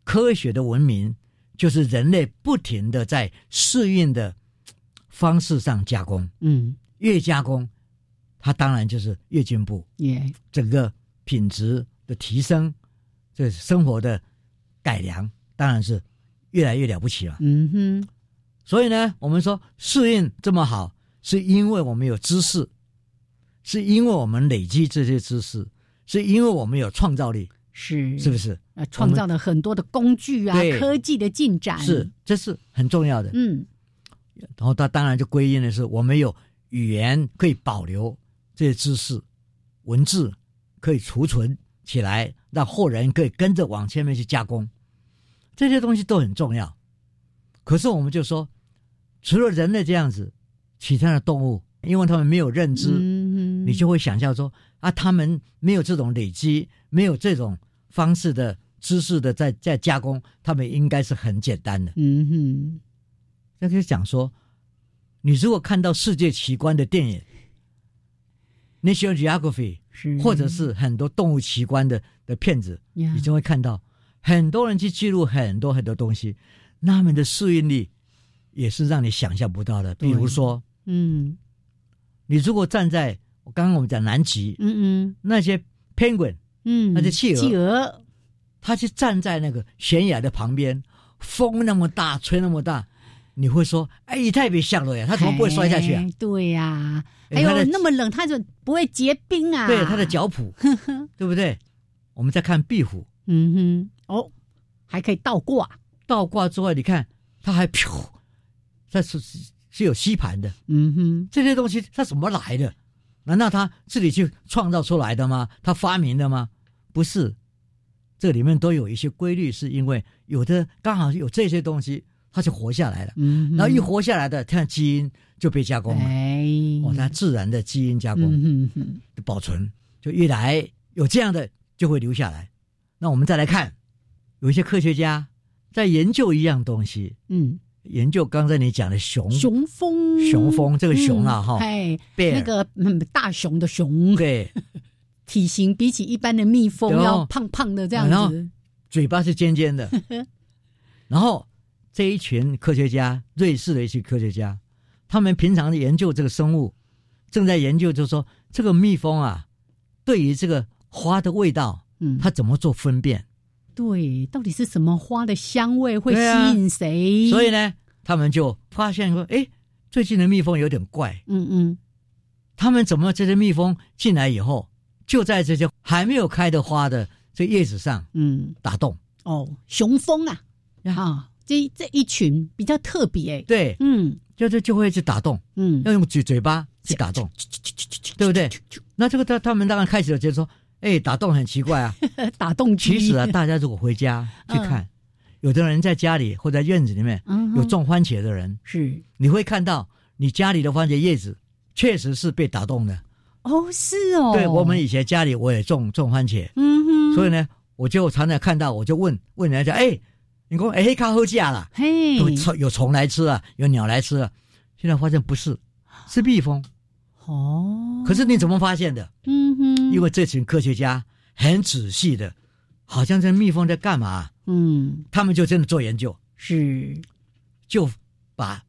B: 科学的文明就是人类不停的在适应的方式上加工，
A: 嗯，
B: 越加工，它当然就是越进步，
A: 也
B: 整个品质的提升，这生活的改良，当然是越来越了不起了。
A: 嗯哼，
B: 所以呢，我们说适应这么好，是因为我们有知识，是因为我们累积这些知识，是因为我们有创造力，
A: 是
B: 是不是？
A: 呃，创造了很多的工具啊
B: 对，
A: 科技的进展，
B: 是，这是很重要的。
A: 嗯，
B: 然后它当然就归因的是，我们有语言可以保留这些知识，文字可以储存起来，让后人可以跟着往前面去加工，这些东西都很重要。可是我们就说，除了人类这样子，其他的动物，因为他们没有认知，
A: 嗯
B: 你就会想象说啊，他们没有这种累积，没有这种方式的知识的在在加工，他们应该是很简单的。
A: 嗯哼，
B: 那就讲说，你如果看到世界奇观的电影，National Geography，
A: 是
B: 或者
A: 嗯
B: 是很多动物奇观的的片子，
A: 呀
B: 你就会看到很多人去记录很多很多东西，那他们的适应力也是让你想象不到的。比如
A: 对
B: 说，
A: 嗯
B: 你如果站在我刚刚我们讲南极，
A: 嗯
B: 那些 penguin，
A: 嗯，
B: 那些企鹅
A: 企鹅，
B: 他去站在那个悬崖的旁边，风那么大，吹那么大，你会说，哎，也太别像了呀，他怎么不会摔下去啊
A: 哎？对呀、
B: 哎
A: 还有
B: 它的
A: 那么冷，它就不会结冰啊，
B: 对，它的，脚
A: (laughs)
B: 蹼，对不对？我们再看壁虎，
A: 嗯哼，哦，还可以倒挂，
B: 倒挂之外，你看它还噗，它是是是有吸盘的，
A: 嗯哼，
B: 这些东西它怎么来的？难道它自己去创造出来的吗？它发明的吗？不是，这里面都有一些规律，是因为有的刚好有这些东西，它就活下来了。
A: 嗯哼，
B: 然后一活下来的，它的基因就被加工了，
A: 哎，
B: 哦，它自然的基因加工。
A: 嗯哼哼，
B: 的保存，就一来有这样的就会留下来。那我们再来看，有一些科学家在研究一样东西，
A: 嗯，
B: 研究刚才你讲的熊
A: 雄风，
B: 雄风这个熊啊
A: 嗯
B: 哈
A: 哎，
B: bear
A: 那个嗯大熊的熊，
B: 对，
A: 体型比起一般的蜜蜂
B: 对哦
A: 要胖胖的这样
B: 然后
A: 子，
B: 嘴巴是
A: (laughs)
B: 尖尖的。然后这一群科学家，瑞士的一群科学家，他们平常研究这个生物，正在研究，就是说这个蜜蜂啊，对于这个花的味道，
A: 嗯，
B: 它怎么做分辨？
A: 对，到底是什么花的香味会
B: 对啊
A: 吸引谁？
B: 所以，呢，他们就发现说，哎，最近的蜜蜂有点怪。
A: 嗯嗯，
B: 他们怎么这些蜜蜂进来以后，就在这些还没有开的花的这叶子上
A: 嗯，
B: 打洞？
A: 哦，雄蜂啊，啊，这这一群比较特别，
B: 对，
A: 嗯
B: 就是就会去打洞，
A: 嗯，
B: 要用嘴嘴巴去打洞，对不对？那这个他他们当然开始就觉得说，哎，打洞很奇
A: (laughs)
B: 怪啊。
A: 打洞机
B: 其实啊，，大家如果回家去看，有的人在家里或在院子里面
A: 嗯哼
B: 有种番茄的人，
A: 是
B: 你会看到你家里的番茄叶子确实是被打洞的。
A: 哦是哦，
B: 对我们以前家里我也种种番茄，
A: 嗯哼，
B: 所以呢，我就常常看到，我就问问人家，哎，你给我哎卡后架啦，
A: 嘿，
B: 有虫有虫来吃啊，有鸟来吃啊。现在发现不是，是蜜蜂。
A: 哦，
B: 可是你怎么发现的？
A: 嗯哼，
B: 因为这群科学家很仔细的，好像这蜜蜂在干嘛？
A: 嗯
B: 他们就真的做研究，
A: 是
B: 就把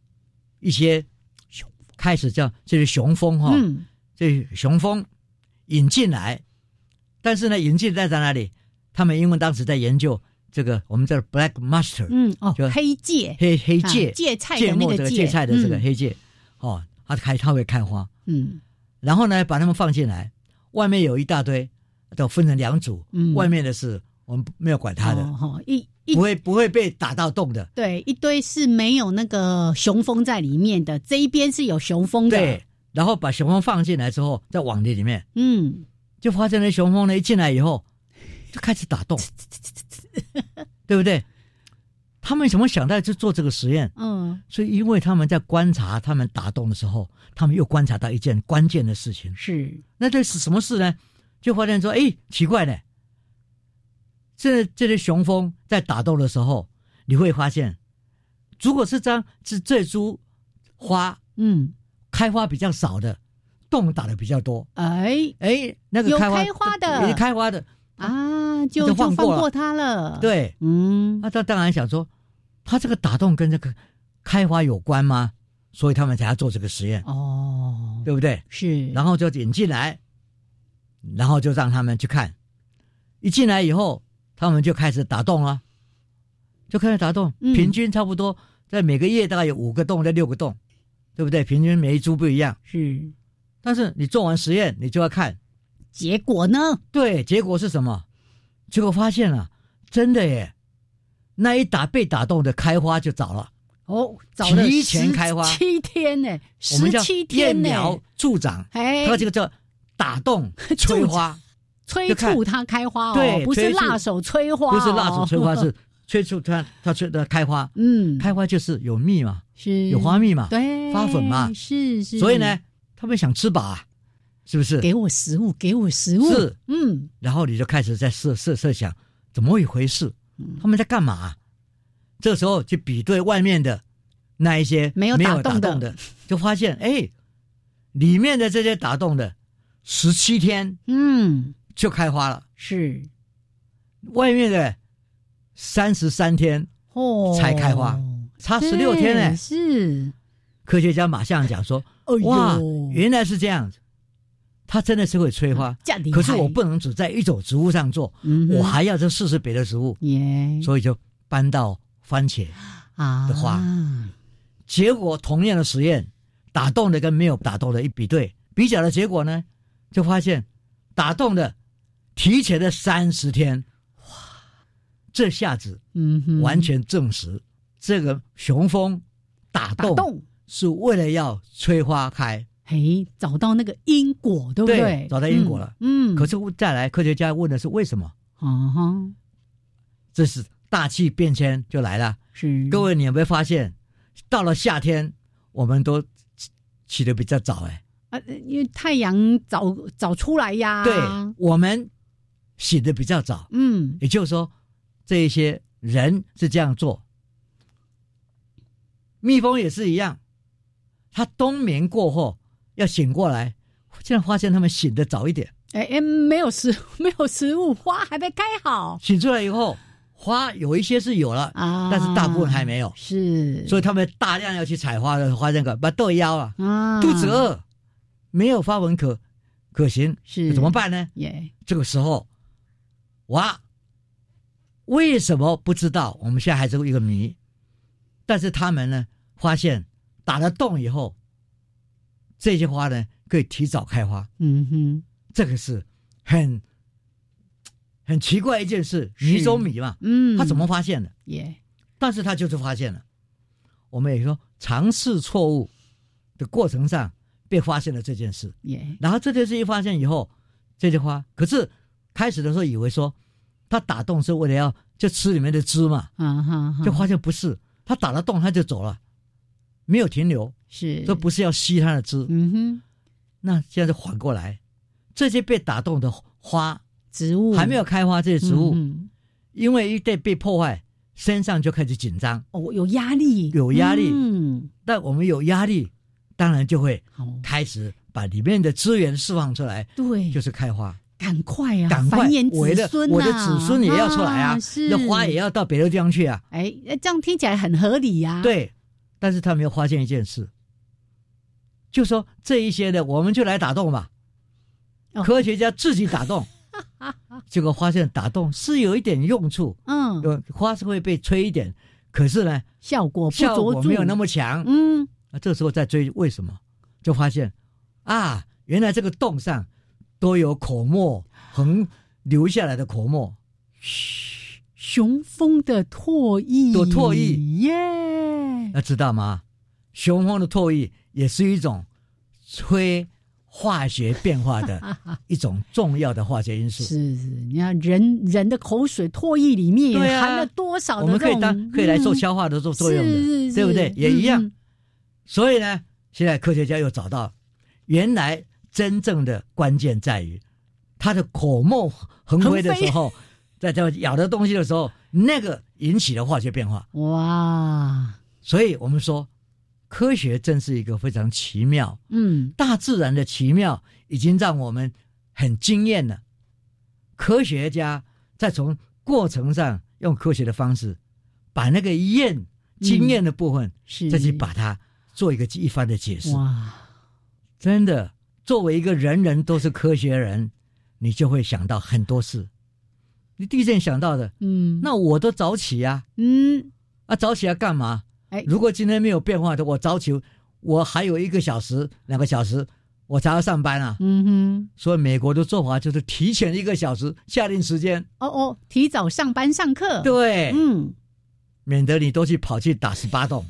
B: 一些熊开始叫这些雄蜂哈、
A: 嗯
B: 这雄蜂引进来，但是呢，引进在在哪里？他们因为当时在研究这个我们叫 black master，、
A: 嗯哦
B: 就
A: 黑芥
B: 黑黑
A: 啊
B: 芥、
A: 芥菜
B: 芥
A: 的那
B: 末这
A: 个
B: 个芥菜的这个
A: 嗯
B: 黑芥，哦，它开它会开花，
A: 嗯
B: 然后呢，把它们放进来，外面有一大堆，都分成两组，
A: 嗯
B: 外面的是我们没有管它的，
A: 哦哦一一
B: 不会不会被打到洞的，
A: 对，一堆是没有那个雄蜂在里面的，这一边是有雄蜂的。
B: 对，。然后把雄蜂放进来之后，在网里里面
A: 嗯，
B: 就发现了雄蜂呢，一进来以后就开
A: (laughs)
B: 始打洞，对不对？他们怎么想到就做这个实验？
A: 嗯，
B: 所以，因为他们在观察他们打洞的时候，他们又观察到一件关键的事情。
A: 是，
B: 那这是什么事呢？就发现说，哎，奇怪呢，这这些雄蜂在打洞的时候，你会发现，如果是张是这株花
A: 嗯，
B: 开花比较少的，洞打的比较多。
A: 哎
B: 哎，那个
A: 有
B: 开花
A: 开花的
B: 有开花的，
A: 啊，就
B: 就
A: 就
B: 放
A: 放
B: 过了
A: 过他了。，
B: 对，
A: 嗯，
B: 那他当然想说，他这个打洞跟这个开花有关吗？所以他们才要做这个实验，
A: 哦，
B: 对不对？
A: 是，
B: 然后就引进来，然后就让他们去看。一进来以后，他们就开始打洞了，就开始打洞，
A: 嗯
B: 平均差不多在每个月大概有五个洞，在六个洞，对不对？平均每一株不一样。
A: 是
B: 但是你做完实验，你就要看
A: 结果呢？
B: 对结果是什么。结果发现啊，真的耶，那一打被打洞的开花就早了。
A: 哦，早了
B: 提前
A: 十
B: 开花
A: 七天呢，
B: 我们
A: 十
B: 叫
A: 七
B: 栎
A: 天呢
B: 苗，助长，
A: 哎
B: 它这个叫打
A: (laughs)
B: 洞催花，
A: 催
B: 就看
A: 促它开花哦
B: 对，
A: 不是
B: 催促
A: 辣手催花哦，
B: 不是蜡烛催花，是催促它它催的开花。
A: (laughs) 嗯，
B: 开花就是有蜜嘛，
A: 是
B: 有花蜜嘛，
A: 对，
B: 花粉嘛
A: 是是。
B: 所以呢，，他们想吃饱啊，是不是？
A: 给我食物，给我食物，
B: 是
A: 嗯，
B: 然后你就开始在设设设想，怎么一回事？
A: 嗯
B: 他们在干嘛、这时候去比对外面的那一些
A: 没有
B: 没
A: 打
B: 有打
A: 洞的
B: 洞的，就发现哎，里面的这些打洞的，十七天
A: 嗯，
B: 就开花了，
A: 是
B: 外面的三十三天
A: 哦，
B: 才开花，差十六天呢、
A: 对是，
B: 科学家马上讲说：“
A: 哎呦
B: 哇，原来是这样子，它真的是会催花。
A: 嗯这样厉害
B: 可是我不能只在一种植物上做，
A: 嗯哼
B: 我还要再试试别的植物，
A: 耶
B: 所以就搬到番茄。
A: 啊
B: 的花结果同样的实验，打洞的跟没有打洞的一比对，比较的结果呢，就发现打洞的提前了三十天，哇，这下子
A: 嗯哼，
B: 完全证实、这个雄蜂打
A: 打
B: 洞
A: 洞，
B: 是为了要催花开。”
A: 嘿，找到那个因果，对不
B: 对
A: 对？
B: 找到因果了
A: 嗯，嗯
B: 可是再来，科学家问的是为什么？
A: 啊哈，
B: 这是大气变迁就来了。
A: 是
B: 各位，你有没有发现，到了夏天，我们都起起得比较早、哎、
A: 啊，因为太阳早早出来呀，
B: 对，我们醒得比较早。
A: 嗯，
B: 也就是说，这一些人是这样做，蜜蜂也是一样，它冬眠过后要醒过来，竟然发现它们醒得早一点。
A: 哎哎，没有
B: (laughs)
A: 食没有食物，花还没开好
B: 醒出来以后，花有一些是有了，
A: 啊，
B: 但是大部分还没有。
A: 是，
B: 所以他们大量要去采花的花认可，把豆腰啊，
A: 啊，
B: 肚子饿，没有花纹可可行，
A: 是
B: 怎么办呢？
A: 耶，
B: 这个时候，哇，为什么不知道？我们现在还是一个谜。但是他们呢，发现打了洞以后，这些花呢可以提早开花，
A: 嗯哼，
B: 这个是很很奇怪一件事，
A: 是
B: 谜中谜嘛。
A: 嗯，
B: 他怎么发现的？
A: 耶？
B: 但是他就是发现了，我们也说尝试错误的过程上被发现了这件事，
A: 耶，
B: 然后这件事一发现以后，这些花可是开始的时候以为说他打洞是为了要就吃里面的汁嘛，
A: 啊哈哈，
B: 就发现不是，他打了洞他就走了，没有停留，
A: 是
B: 这不是要吸它的汁。
A: 嗯哼，
B: 那现在就缓过来，这些被打洞的花
A: 植物
B: 还没有开花，这些植物、
A: 嗯
B: 因为一旦被破坏，身上就开始紧张。
A: 哼哦，有压力，
B: 有压力
A: 嗯，
B: 那我们有压力，当然就会
A: 好，
B: 开始把里面的资源释放出来，
A: 对，
B: 就是开花。
A: 赶快呀、
B: 赶快
A: 繁衍，
B: 我的
A: 子孙、啊、
B: 我的子孙也要出来啊，
A: 是
B: 那花也
A: 要，
B: 要到别的地方去啊。
A: 哎，呃这样听起来很合理呀、，
B: 对，但是他没有发现一件事，就说这一些的，我们就来打洞吧。
A: 哦
B: 科学家自己打
A: (laughs)
B: 洞，结果发现打洞是有一点用处，
A: 嗯，
B: 有花是会被吹一点，可是呢，
A: 效果不
B: 效
A: 卓
B: 果
A: 著，
B: 没有那么强。
A: 嗯，
B: 啊，这时候再追为什么，就发现啊，原来这个洞上都有口沫横流下来的口沫，
A: 雄蜂的唾液，
B: 有唾液
A: 耶、
B: 那知道吗？雄蜂的唾液也是一种催化学变化
A: (laughs)
B: 的一种重要的化学因素。
A: 是是，你看人人的口水、唾液里面
B: 对啊
A: 含了多少
B: 我
A: 的
B: 们
A: 这
B: 可以
A: 种，
B: 当可以来做
A: 嗯
B: 消化的作作用的，
A: 是是
B: 对不对？
A: 是
B: 也一样。
A: 嗯嗯
B: 所以呢，现在科学家又找到，原来真正的关键在于它的口沫横飞的时候， (laughs) 在这咬的东西的时候，那个引起了化学变化。
A: 哇，
B: 所以我们说，科学真是一个非常奇妙，
A: 嗯，
B: 大自然的奇妙已经让我们很惊艳了。科学家在从过程上用科学的方式，把那个验经验的部分，
A: 嗯是
B: 再去把它做一个一番的解释。
A: 哇，
B: 真的，作为一个人人都是科学人，你就会想到很多事。你第一件想到的，
A: 嗯，
B: 那我都早起呀、
A: 啊，嗯，
B: 啊，早起来干嘛？
A: 哎，
B: 如果今天没有变化的，我早起，我还有一个小时、两个小时，我才要上班啊。
A: 嗯哼，
B: 所以美国的做法就是提前一个小时下定时间，
A: 哦哦，提早上班上课，
B: 对，
A: 嗯，
B: 免得你都去跑去打十
A: (laughs)
B: 八洞，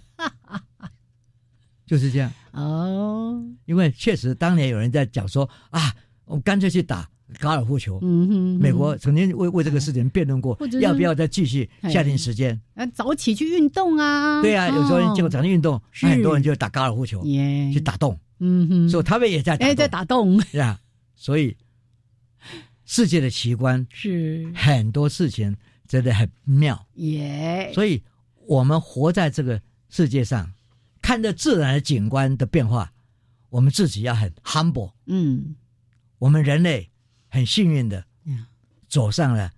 B: 就是这样。
A: 哦，
B: 因为确实当年有人在讲说啊，我们干脆去打高尔夫球。
A: 嗯哼，
B: 美国曾经为为这个事情辩论过
A: 或者，是
B: 要不要再继续下定时间？
A: 啊，早起去运动啊，
B: 对啊，有时候人经过
A: 哦
B: 场地运动，
A: 是
B: 那很多人就打高尔夫球，
A: 耶
B: 去，打洞，
A: 嗯哼，
B: 所以他们也在
A: 哎，在
B: 打洞，
A: 打
B: (laughs)
A: 洞，
B: 是吧？所以世界的奇观，
A: 是
B: 很多事情真的很妙。
A: 耶，
B: 所以我们活在这个世界上，看着自然的景观的变化，我们自己要很 humble。
A: 嗯，
B: 我们人类很幸运的
A: 呀
B: 走上了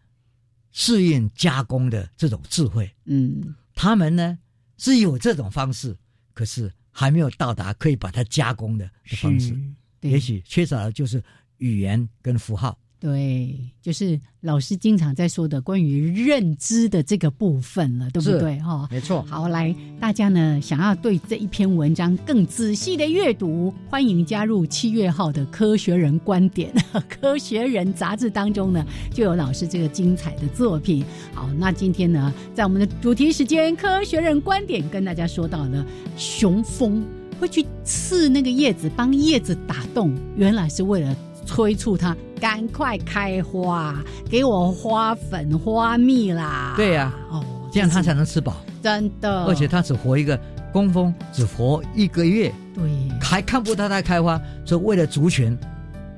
B: 适应加工的这种智慧。
A: 嗯，
B: 他们呢是有这种方式，可是还没有到达可以把它加工的的方式
A: 是。对
B: 也许缺少的就是语言跟符号。
A: 对，就是老师经常在说的关于认知的这个部分了，对不
B: 是
A: 对？哈、
B: 没错，
A: 好，来，大家呢想要对这一篇文章更仔细的阅读，欢迎加入七月号的《科学人观点》 (laughs) 科学人杂志当中呢，就有老师这个精彩的作品。好，那今天呢，在我们的主题时间《科学人观点》跟大家说到了雄蜂会去刺那个叶子，帮叶子打洞，原来是为了。催促它赶快开花，给我花粉、花蜜啦！
B: 对呀
A: 哦，
B: 这样
A: 真
B: 他
A: 是
B: 才能吃饱，
A: 真的，
B: 而且他只活一个工蜂，只活一个月，
A: 对
B: 还看不到它开花，所以为了族群，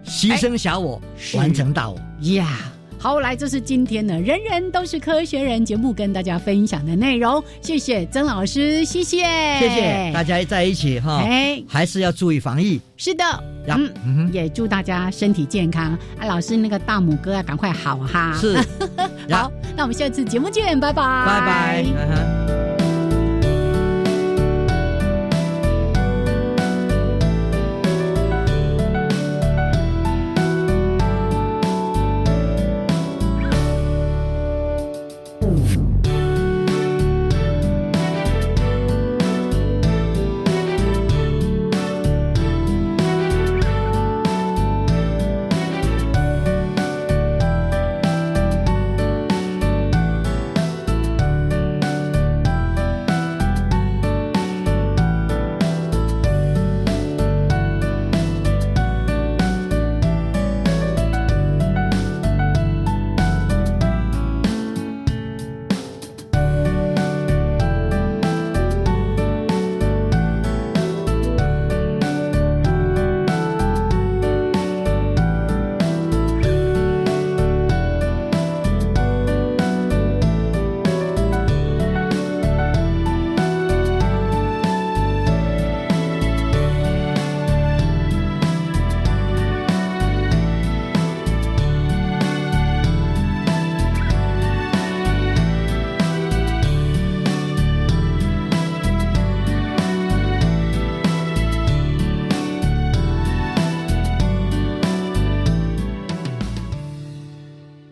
B: 牺牲小我，
A: 哎是
B: 完成大我。
A: 呀。好，来，这是今天的“人人都是科学人”节目跟大家分享的内容。谢谢曾老师，谢谢，
B: 谢谢大。家在一起哈，
A: 哎，
B: 还是要注意防疫。
A: 是的，
B: 呀
A: 嗯，
B: 嗯哼
A: 也祝大家身体健康啊！老师，那个大拇 (laughs) 哥啊，赶快好哈。
B: 是，呀
A: 好，那我们下次节目见，拜拜，
B: 拜拜。嗯哼